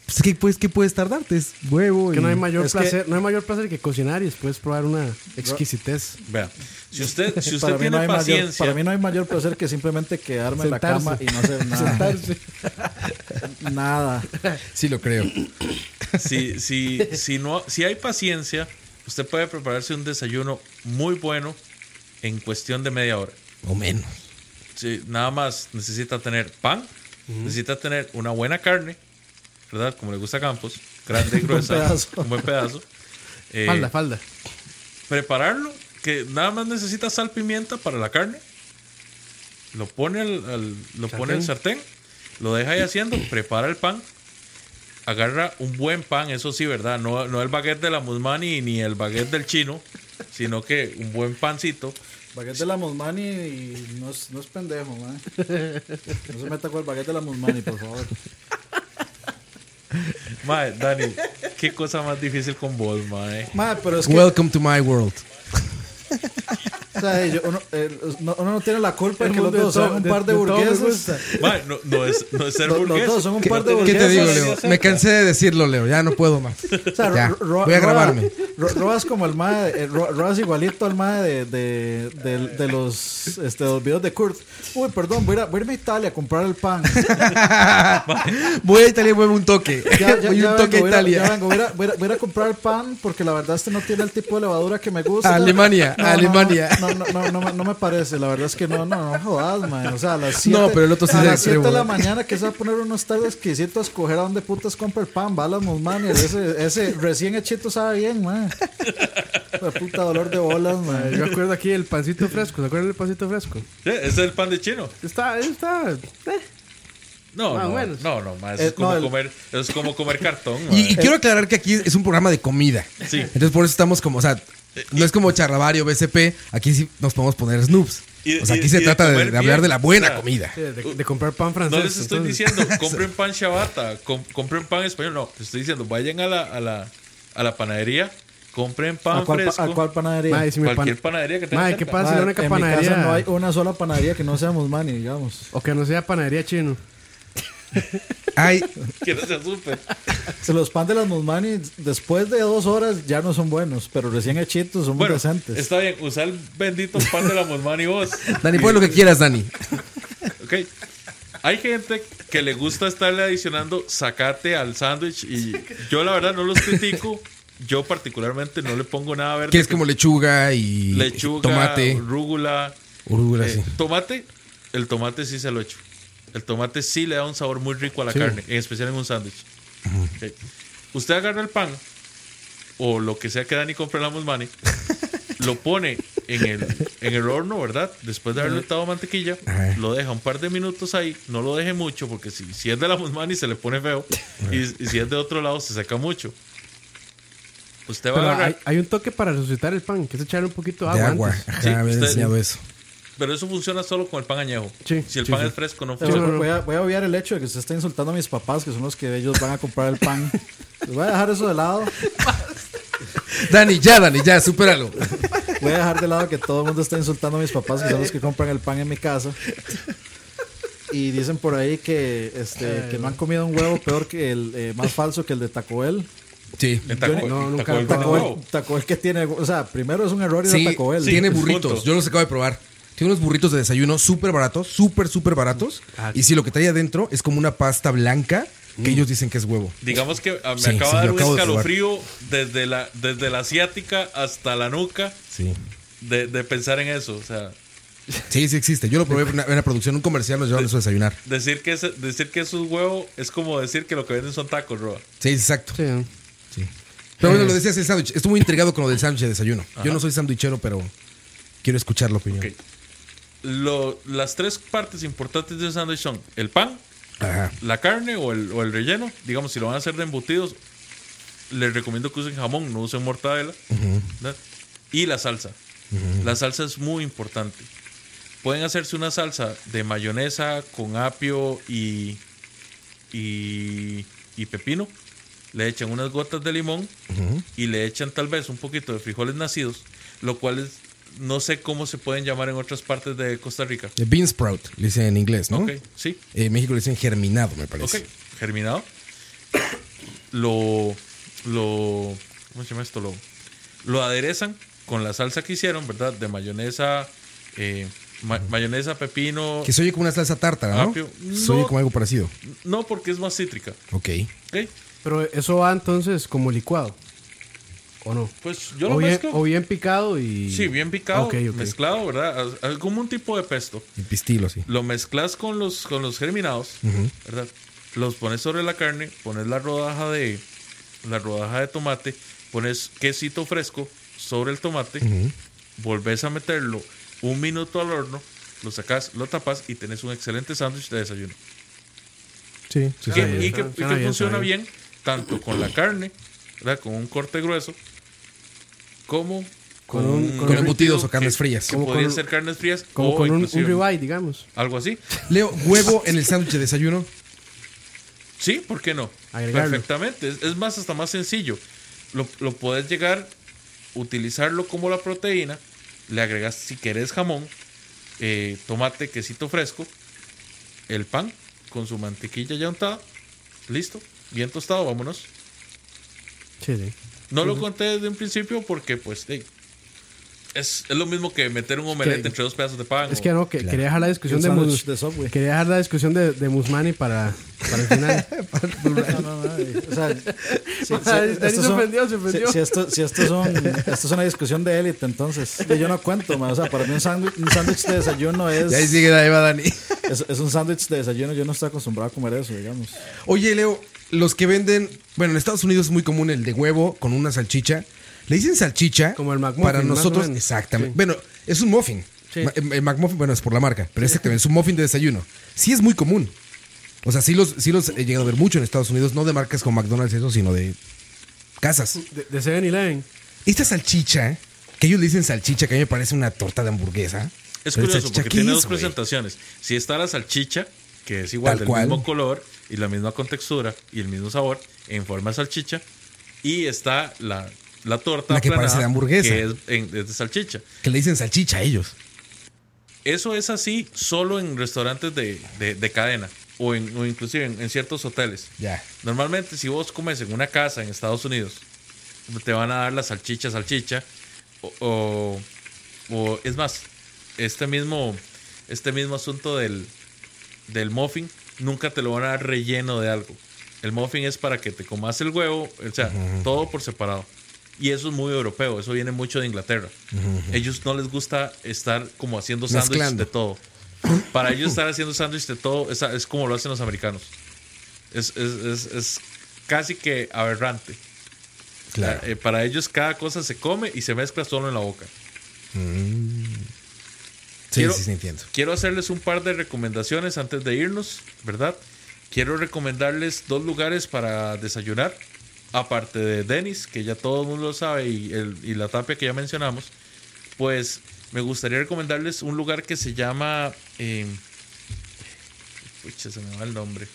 Pues, ¿qué, puedes, ¿Qué puedes tardarte? Es huevo y...
Que no hay mayor
Es que-
placer, no hay mayor placer que cocinar y después probar una exquisitez.
vea, si usted, si usted
Para mí
tiene
no hay mayor-
paciencia,
para mí no hay mayor placer que simplemente quedarme
Sentarse.
en la cama y no hacer nada. Nada.
Sí, lo creo.
si, si, si, no, si hay paciencia, usted puede prepararse un desayuno muy bueno en cuestión de media hora.
O menos.
Sí, nada más necesita tener pan, necesita tener una buena carne, ¿verdad? Como le gusta a Campos, grande y gruesa,
pedazo.
un buen pedazo. Eh,
Falda, falda.
prepararlo, que nada más necesita sal, pimienta para la carne. Lo pone al, al- lo pone al sartén, lo deja ahí haciendo, prepara el pan agarra un buen pan, eso sí, ¿verdad? No, no el baguette de la Musmani ni el baguette del chino, sino que un buen pancito.
Baguette de la Musmani y no es, no es pendejo, man. No se meta con el baguette de la Musmani, por favor.
Mae, Dani, qué cosa más difícil con vos, mae.
Madre, pero es que
Welcome to my world.
o sea, yo- uno, eh, no, uno no tiene la culpa de que los
mundo
dos
de
son
todo-
un
de-
par de,
de todo me gusta.
burgueses.
Mae, no, no es, no es ser
Lo- los
burgués.
dos son un par de
¿Qué te
burgueses.
digo, Leo? Me cansé de decirlo, Leo. Ya no puedo más.
"Ah". O sea,
Ya,
Ro- Ro-
voy a
Roa-
grabarme.
Ro- Roa es como el mae, de- eh, Ro- Roa es igualito al mae de, de, de- de los, este, de los videos de Kurt. Uy, perdón, voy a, ir a- voy a irme a Italia a comprar el pan.
Voy a Italia y vuelvo un toque.
Ya, ya,
voy
ya
un toque
vengo,
a
voy a- ya
Italia.
vengo, voy a, voy a- voy a ir a comprar el pan porque la verdad este no tiene el tipo de levadura que me gusta.
A Alemania, a Alemania.
No, no, no, no, me- no me parece, la verdad es que no, no, no jodas, mae. O sea, a las
No,
siete-
pero el otro sí
a
es
las
extremo,
7 de la
eh.
mañana que se va a poner unos tardes exquisito a escoger a dónde putas compra el pan, balas musmanes. Ese, ese recién hechito sabe bien, mae. La puta dolor de bolas, mae.
Yo acuerdo aquí el pancito fresco. ¿Se acuerdan del pancito fresco?
Sí, Es el pan de chino.
Está, está. eh.
No,
Ah,
Más o
no,
menos.
no, no, mae, eso
Eh,
es como
no, el-
comer, eso es como comer cartón, mae.
Y,
Eh,
y quiero aclarar que aquí es un programa de comida.
Sí.
Entonces por eso estamos como, o sea, no es como charlavario, BCP. Aquí sí nos podemos poner snoops.
Y-
O sea,
y-
aquí se
y de
trata de,
comer
de hablar
bien,
de la buena
o sea,
comida.
Sí, eh, De, de comprar pan francés.
No les estoy
entonces.
diciendo, compren pan shabata, com- compren pan español. No, te estoy diciendo, vayan a la, a la, a la panadería, compren pan
¿A cuál, pa-
fresco.
a cuál panadería?
Mae, sí me
Cualquier
pan-
panadería que tenga
Mae,
cerca.
¿qué pasa si la
Mae,
única
en mi casa no hay
panadería?
una sola panadería que no sea musmani, digamos.
O que no sea panadería chino.
Ay,
que no sea súper.
Se los pan de las Musmani después de dos horas ya no son buenos, pero recién hechitos son muy
Bueno,
decentes.
está bien, usa el bendito pan de la Musmán y vos.
Dani, pon lo que quieras, Dani.
Ok. Hay gente que le gusta estarle adicionando zacate al sándwich y yo la verdad no los critico. Yo particularmente no le pongo nada verde.
Que es como lechuga y
lechuga,
tomate,
rúgula.
Ah,
urúgula,
Eh,
sí.
Tomate, el tomate sí se lo echo. El tomate sí le da un sabor muy rico a la
Sí.
carne, en especial en un sándwich. Ok. Usted agarra el pan o lo que sea que Dani compre en la Musmani, lo pone en el, en el horno, ¿verdad? Después de haberle untado mantequilla,
Ajá.
lo deja un par de minutos ahí, no lo deje mucho porque si, si es de la Musmani se le pone feo y, y si es de otro lado se seca mucho. Usted va
Pero
a agarrar,
hay, hay un toque para resucitar el pan, que es echarle un poquito de
De
agua.
agua.
antes.
Ajá,
Sí,
habían
usted-
enseñado eso.
pero eso funciona solo con el pan añejo.
Sí,
si el
sí,
pan
sí.
es fresco no
Pero
funciona.
voy, a, voy a obviar el hecho de que usted está insultando a mis papás, que son los que ellos van a comprar el pan. Les voy a dejar eso de lado.
Dani, ya, Dani, ya, supéralo.
Voy a dejar de lado que todo el mundo está insultando a mis papás, que son los que compran el pan en mi casa. Y dicen por ahí que, este, que no han comido un huevo peor que el eh, más falso que el de Taco Bell.
Sí.
En Taco-
no,
en
nunca-
Taco Bell
Taco
venden
Bell,
huevo.
Taco Bell que tiene, o sea, primero es un error ir
Sí,
a Taco Bell.
tiene
Sí,
burritos.
punto.
Yo los acabo de probar. Tiene unos burritos de desayuno súper baratos, súper, súper baratos.
Ah.
Y si lo que trae adentro es como una pasta blanca que ellos dicen que es huevo.
Mm. Digamos que ah, me
Sí,
acaba
sí,
de dar
lo
un
acabo de
escalofrío desde la, desde la asiática hasta la nuca
Sí.
de, de pensar en eso. O sea,
Sí, sí existe. Yo lo probé en una, en una producción, un comercial nos llevaron eso a desayunar.
decir que, ese- decir que esos huevos es como decir que lo que venden son tacos, Roa.
Sí, exacto.
Sí, ¿no?
Sí. Pero
Eh.
bueno, lo decías el sándwich. Estuve muy intrigado con lo del sándwich de desayuno. Yo no soy sándwichero, pero quiero escuchar la opinión.
Ok. Lo- las tres partes importantes de un sándwich son el pan,
Ajá.
la carne o el, o el relleno. Digamos, si lo van a hacer de embutidos, les recomiendo que usen jamón, no usen mortadela. ¿verdad? Y la salsa. La salsa es muy importante. Pueden hacerse una salsa de mayonesa con apio y, y, y pepino. Le echan unas gotas de limón y le echan tal vez un poquito de frijoles nacidos, lo cual es- no sé cómo se pueden llamar en otras partes de Costa Rica.
Eh, Bean sprout, le dicen en inglés, ¿no?
Ok, sí.
Eh, en México le dicen germinado, me
Ok,
parece.
germinado. Lo, lo, ¿cómo se llama esto? Lo, lo aderezan con la salsa que hicieron, ¿verdad? De mayonesa, eh, ma- mayonesa, pepino,
Que se oye como una salsa tártara, ¿no?
Apio.
Se oye
No.
como algo parecido.
no porque es más cítrica,
Ok.
¿ok?
Pero eso va entonces como licuado. ¿O no?
Pues yo
o,
lo
bien,
mezclo.
o bien picado y.
Sí, bien picado,
Ok, ok.
mezclado, ¿verdad? Haz- Algún tipo de pesto.
El pistilo, sí.
Lo mezclas con los, con los germinados, ¿verdad? Los pones sobre la carne, pones la rodaja de la rodaja de tomate, pones quesito fresco sobre el tomate, volvés a meterlo un minuto al horno, lo sacas, lo tapas y tenés un excelente sándwich de desayuno.
Sí, sí,
Que-
sí.
y que, y que
suena bien,
funciona
suena
bien. tanto con la carne, ¿verdad? Con un corte grueso, como
Con un- con
embutidos
embutido
o carnes
que-
frías.
Que
Como
podrían
con-
ser carnes frías
Como
o
con un, un
inclusive
ribeye, digamos.
algo así.
Leo, huevo en el sándwich de desayuno.
Sí, ¿por qué no?
Agregarlo.
Perfectamente. Es, es más, hasta más sencillo. Lo, lo puedes llegar, utilizarlo como la proteína. Le agregas, si querés, jamón, eh, tomate, quesito fresco, el pan con su mantequilla ya untada. Listo, bien tostado, vámonos.
Sí, sí.
No lo conté desde un principio porque, pues, hey, es, es lo mismo que meter un omelette
que-
entre dos pedazos de pan.
Es
o-
que no, que- quería dejar la discusión
Un
de,
sándwich
Mus-
de Subway.
Quería dejar la discusión de, de Musmani para, para el final.
No, no, no. eh, O sea, si, si-
Dani
estos
se
son-
ofendió, se
si-
ofendió.
Si, esto, si esto, son, esto es una discusión de élite, entonces yo no cuento, ma, o sea, para mí un sándwich un sándwich de desayuno es,
Y ahí sigue la Eva Dani.
es, es un sándwich de desayuno, yo no estoy acostumbrado a comer eso, digamos.
Oye, Leo, los que venden. Bueno, en Estados Unidos es muy común el de huevo con una salchicha. Le dicen salchicha.
Como el McMuffin,
Para
más o
nosotros,
menos.
exactamente.
Sí.
Bueno, es un muffin.
Sí.
Ma- El, el McMuffin, bueno, es por la marca, pero exactamente, es un muffin de desayuno. Sí es muy común. O sea, sí los, sí los he llegado a ver mucho en Estados Unidos, no de marcas como McDonald's, y eso, sino de casas.
De, de 7-Eleven.
Esta salchicha, que ellos le dicen salchicha, que a mí me parece una torta de hamburguesa.
Es
Pero
curioso
salchicha,
porque
¿qué
tiene
es,
dos
güey?
presentaciones. Si está la salchicha, que es igual,
Tal
del
cual.
mismo color y la misma contextura y el mismo sabor, en forma de salchicha. Y está la, la torta
La que
aplanada,
parece de hamburguesa.
que es, en- es de salchicha.
Que le dicen salchicha a ellos.
Eso es así solo en restaurantes de, de- de cadena o, en- o inclusive en, en ciertos hoteles.
Ya.
Normalmente si vos comes en una casa en Estados Unidos, te van a dar la salchicha, salchicha. O, o- o- es más, este mismo, este mismo asunto del, del muffin, nunca te lo van a dar relleno de algo. El muffin es para que te comas el huevo, o sea, todo por separado. Y eso es muy europeo, eso viene mucho de Inglaterra. Ellos no les gusta estar como haciendo sándwiches
Mezclando.
de todo. Para ellos estar haciendo sándwiches de todo es, es como lo hacen los americanos. Es, es- es- es casi que aberrante.
Claro.
Eh, para ellos cada cosa se come y se mezcla solo en la boca.
Sí,
Quiero-
sí, sí, entiendo.
Quiero hacerles un par de recomendaciones antes de irnos, ¿verdad? Quiero recomendarles dos lugares para desayunar, aparte de Dennis, que ya todo el mundo lo sabe, y, el- y la tapia que ya mencionamos. Pues me gustaría recomendarles un lugar que se llama... eh, pucha, se me va el nombre.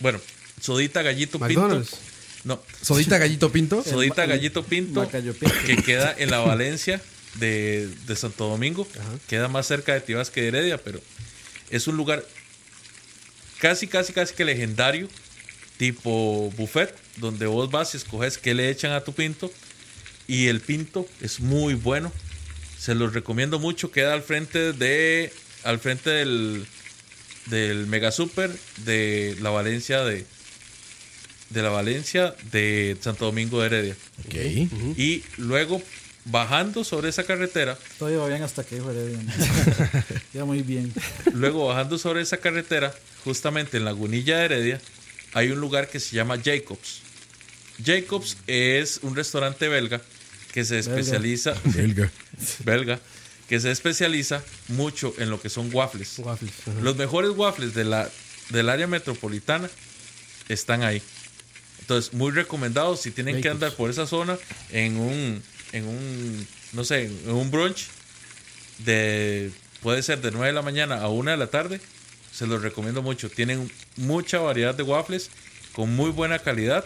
Bueno, Sodita Gallito
McDonald's.
Pinto. No,
Sodita Gallito Pinto.
Sodita Gallito Pinto,
Macayo Pinto.
que queda en la Valencia de, de Santo Domingo. Queda más cerca de Tibas que de Heredia, pero es un lugar casi, casi, casi que legendario, tipo buffet, donde vos vas y escoges qué le echan a tu pinto. Y el pinto es muy bueno. Se los recomiendo mucho. Queda al frente de. Al frente del. Del Mega Super de la Valencia de. De la Valencia de Santo Domingo de Heredia.
Ok.
Y luego, bajando sobre esa carretera,
Todo iba bien hasta que dijo Heredia. ma. Iba muy bien.
luego bajando sobre esa carretera, justamente en Lagunilla de Heredia, hay un lugar que se llama Jacobs. Jacobs es un restaurante belga que se especializa,
Belga.
belga, que se especializa mucho en lo que son waffles.
Waffles. ajá.
Los mejores waffles de la, del área metropolitana están ahí. Entonces, muy recomendados si tienen que andar por esa zona en un, en un, no sé, en un brunch de, puede ser de 9 de la mañana a 1 de la tarde. Se los recomiendo mucho. Tienen mucha variedad de waffles con muy buena calidad.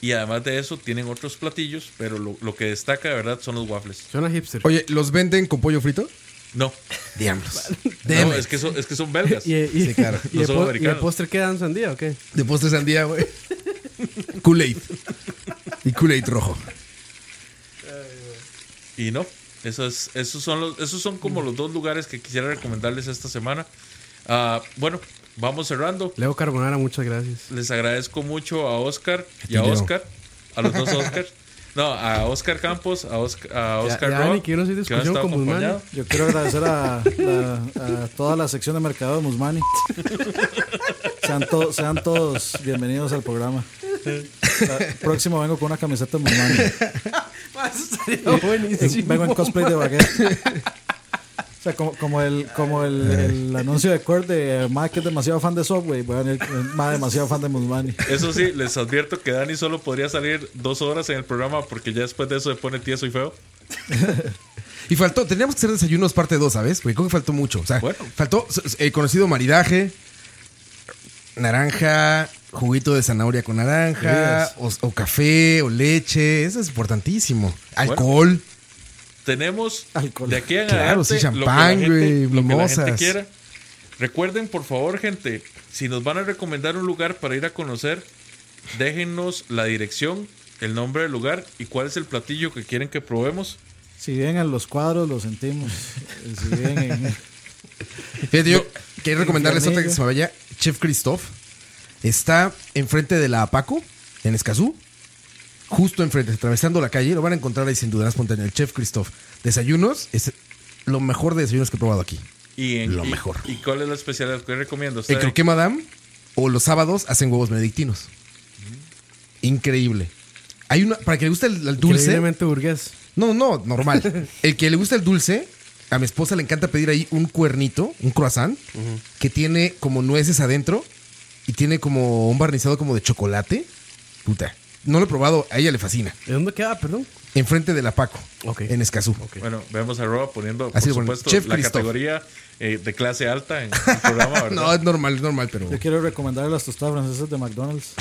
Y además de eso, tienen otros platillos, pero lo, lo que destaca de verdad son los waffles.
Suena hipster.
Oye, ¿los venden con pollo frito?
No,
Diablos.
no
Deme.
es, que son, es que son belgas.
Y, y-
Sí, claro.
y
No
de
solo
po- y de
americanos.
postre quedan sandía o qué?
De postre sandía, güey. Kool-Aid. Y Kool-Aid rojo.
Y no, esos, esos, son los, esos son como los dos lugares que quisiera recomendarles esta semana. Ah, bueno, vamos cerrando.
Leo Carbonara, muchas gracias.
Les agradezco mucho a Oscar y
Y
a
yo.
Oscar, a los dos Oscars. No, a Oscar Campos, a Oscar, a Oscar
ya, Dani,
Roa,
que yo no soy de
que van a
discusión
estar
con Guzmán.
acompañados.
Yo quiero agradecer a, a- a toda la sección de mercado de Musmani. Sean, to- sean todos bienvenidos al programa. La- próximo vengo con una camiseta de Musmani.
Buenísimo.
Vengo en cosplay de baguette. O sea, como, como el, como el, el anuncio de Cord de Mae que es demasiado fan de Subway. Voy a venir Mae demasiado fan de Musmani.
Eso sí, les advierto que Dani solo podría salir dos horas en el programa porque ya después de eso se pone tieso y feo.
Y faltó, teníamos que hacer desayunos parte 2, ¿sabes? Porque creo que faltó mucho. O sea,
Bueno.
faltó s- s- eh, conocido maridaje, naranja, juguito de zanahoria con naranja, o, o café, o leche. Eso es importantísimo. Alcohol.
Tenemos
Alcohol.
de aquí en
Claro,
adelante
sí, champán,
lo, que la gente,
güey,
lo que la gente
mimosas.
quiera. Recuerden, por favor, gente, si nos van a recomendar un lugar para ir a conocer, déjennos la dirección, el nombre del lugar y cuál es el platillo que quieren que probemos.
Si bien en los cuadros, lo sentimos. Eh, Si bien en.
Fíjate, yo quería recomendarles otra que
Infierno.
se me vaya. Chef Christoph está enfrente de la Apaco, en Escazú. Justo enfrente, atravesando la calle. Lo van a encontrar ahí sin duda en las montañas. El Chef Christoph. Desayunos es lo mejor de desayunos que he probado aquí.
Y en,
Lo
y-
mejor.
¿Y cuál es la especialidad que recomiendo?
El croquet madame o los sábados hacen huevos benedictinos. Increíble. Hay una, para que le guste el, el dulce.
Increíblemente burgués.
No, no, normal. El que le gusta el dulce, a mi esposa le encanta pedir ahí un cuernito, un croissant, que tiene como nueces adentro y tiene como un barnizado como de chocolate. Puta. No lo he probado, a ella le fascina.
¿De dónde queda? Perdón.
Enfrente de la Paco,
Ok.
en Escazú.
Bueno, veamos a Roa poniendo,
Así es,
por
bueno,
supuesto,
Chef
la
Christoph.
categoría eh, de clase alta en el programa, ¿verdad?
No, es normal, es normal, pero.
Yo quiero recomendar las tostadas francesas de McDonald's.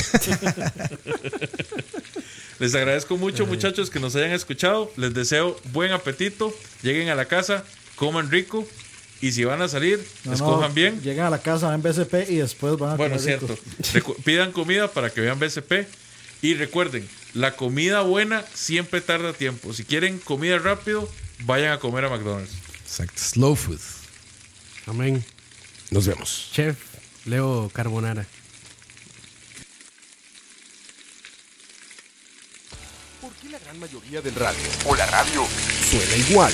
Les agradezco mucho, muchachos, que nos hayan escuchado. Les deseo buen apetito. Lleguen a la casa, coman rico. Y si van a salir,
No, no,
escojan bien.
Llegan a la casa, ven BCP y después van a
Bueno,
comer rico.
cierto. Recu- Pidan comida para que vean BCP. Y recuerden, la comida buena siempre tarda tiempo. Si quieren comida rápido, vayan a comer a McDonald's.
Exacto. Slow food.
Amén.
Nos vemos.
Chef Leo Carbonara.
¿Por qué la gran mayoría del radio o la radio suena igual?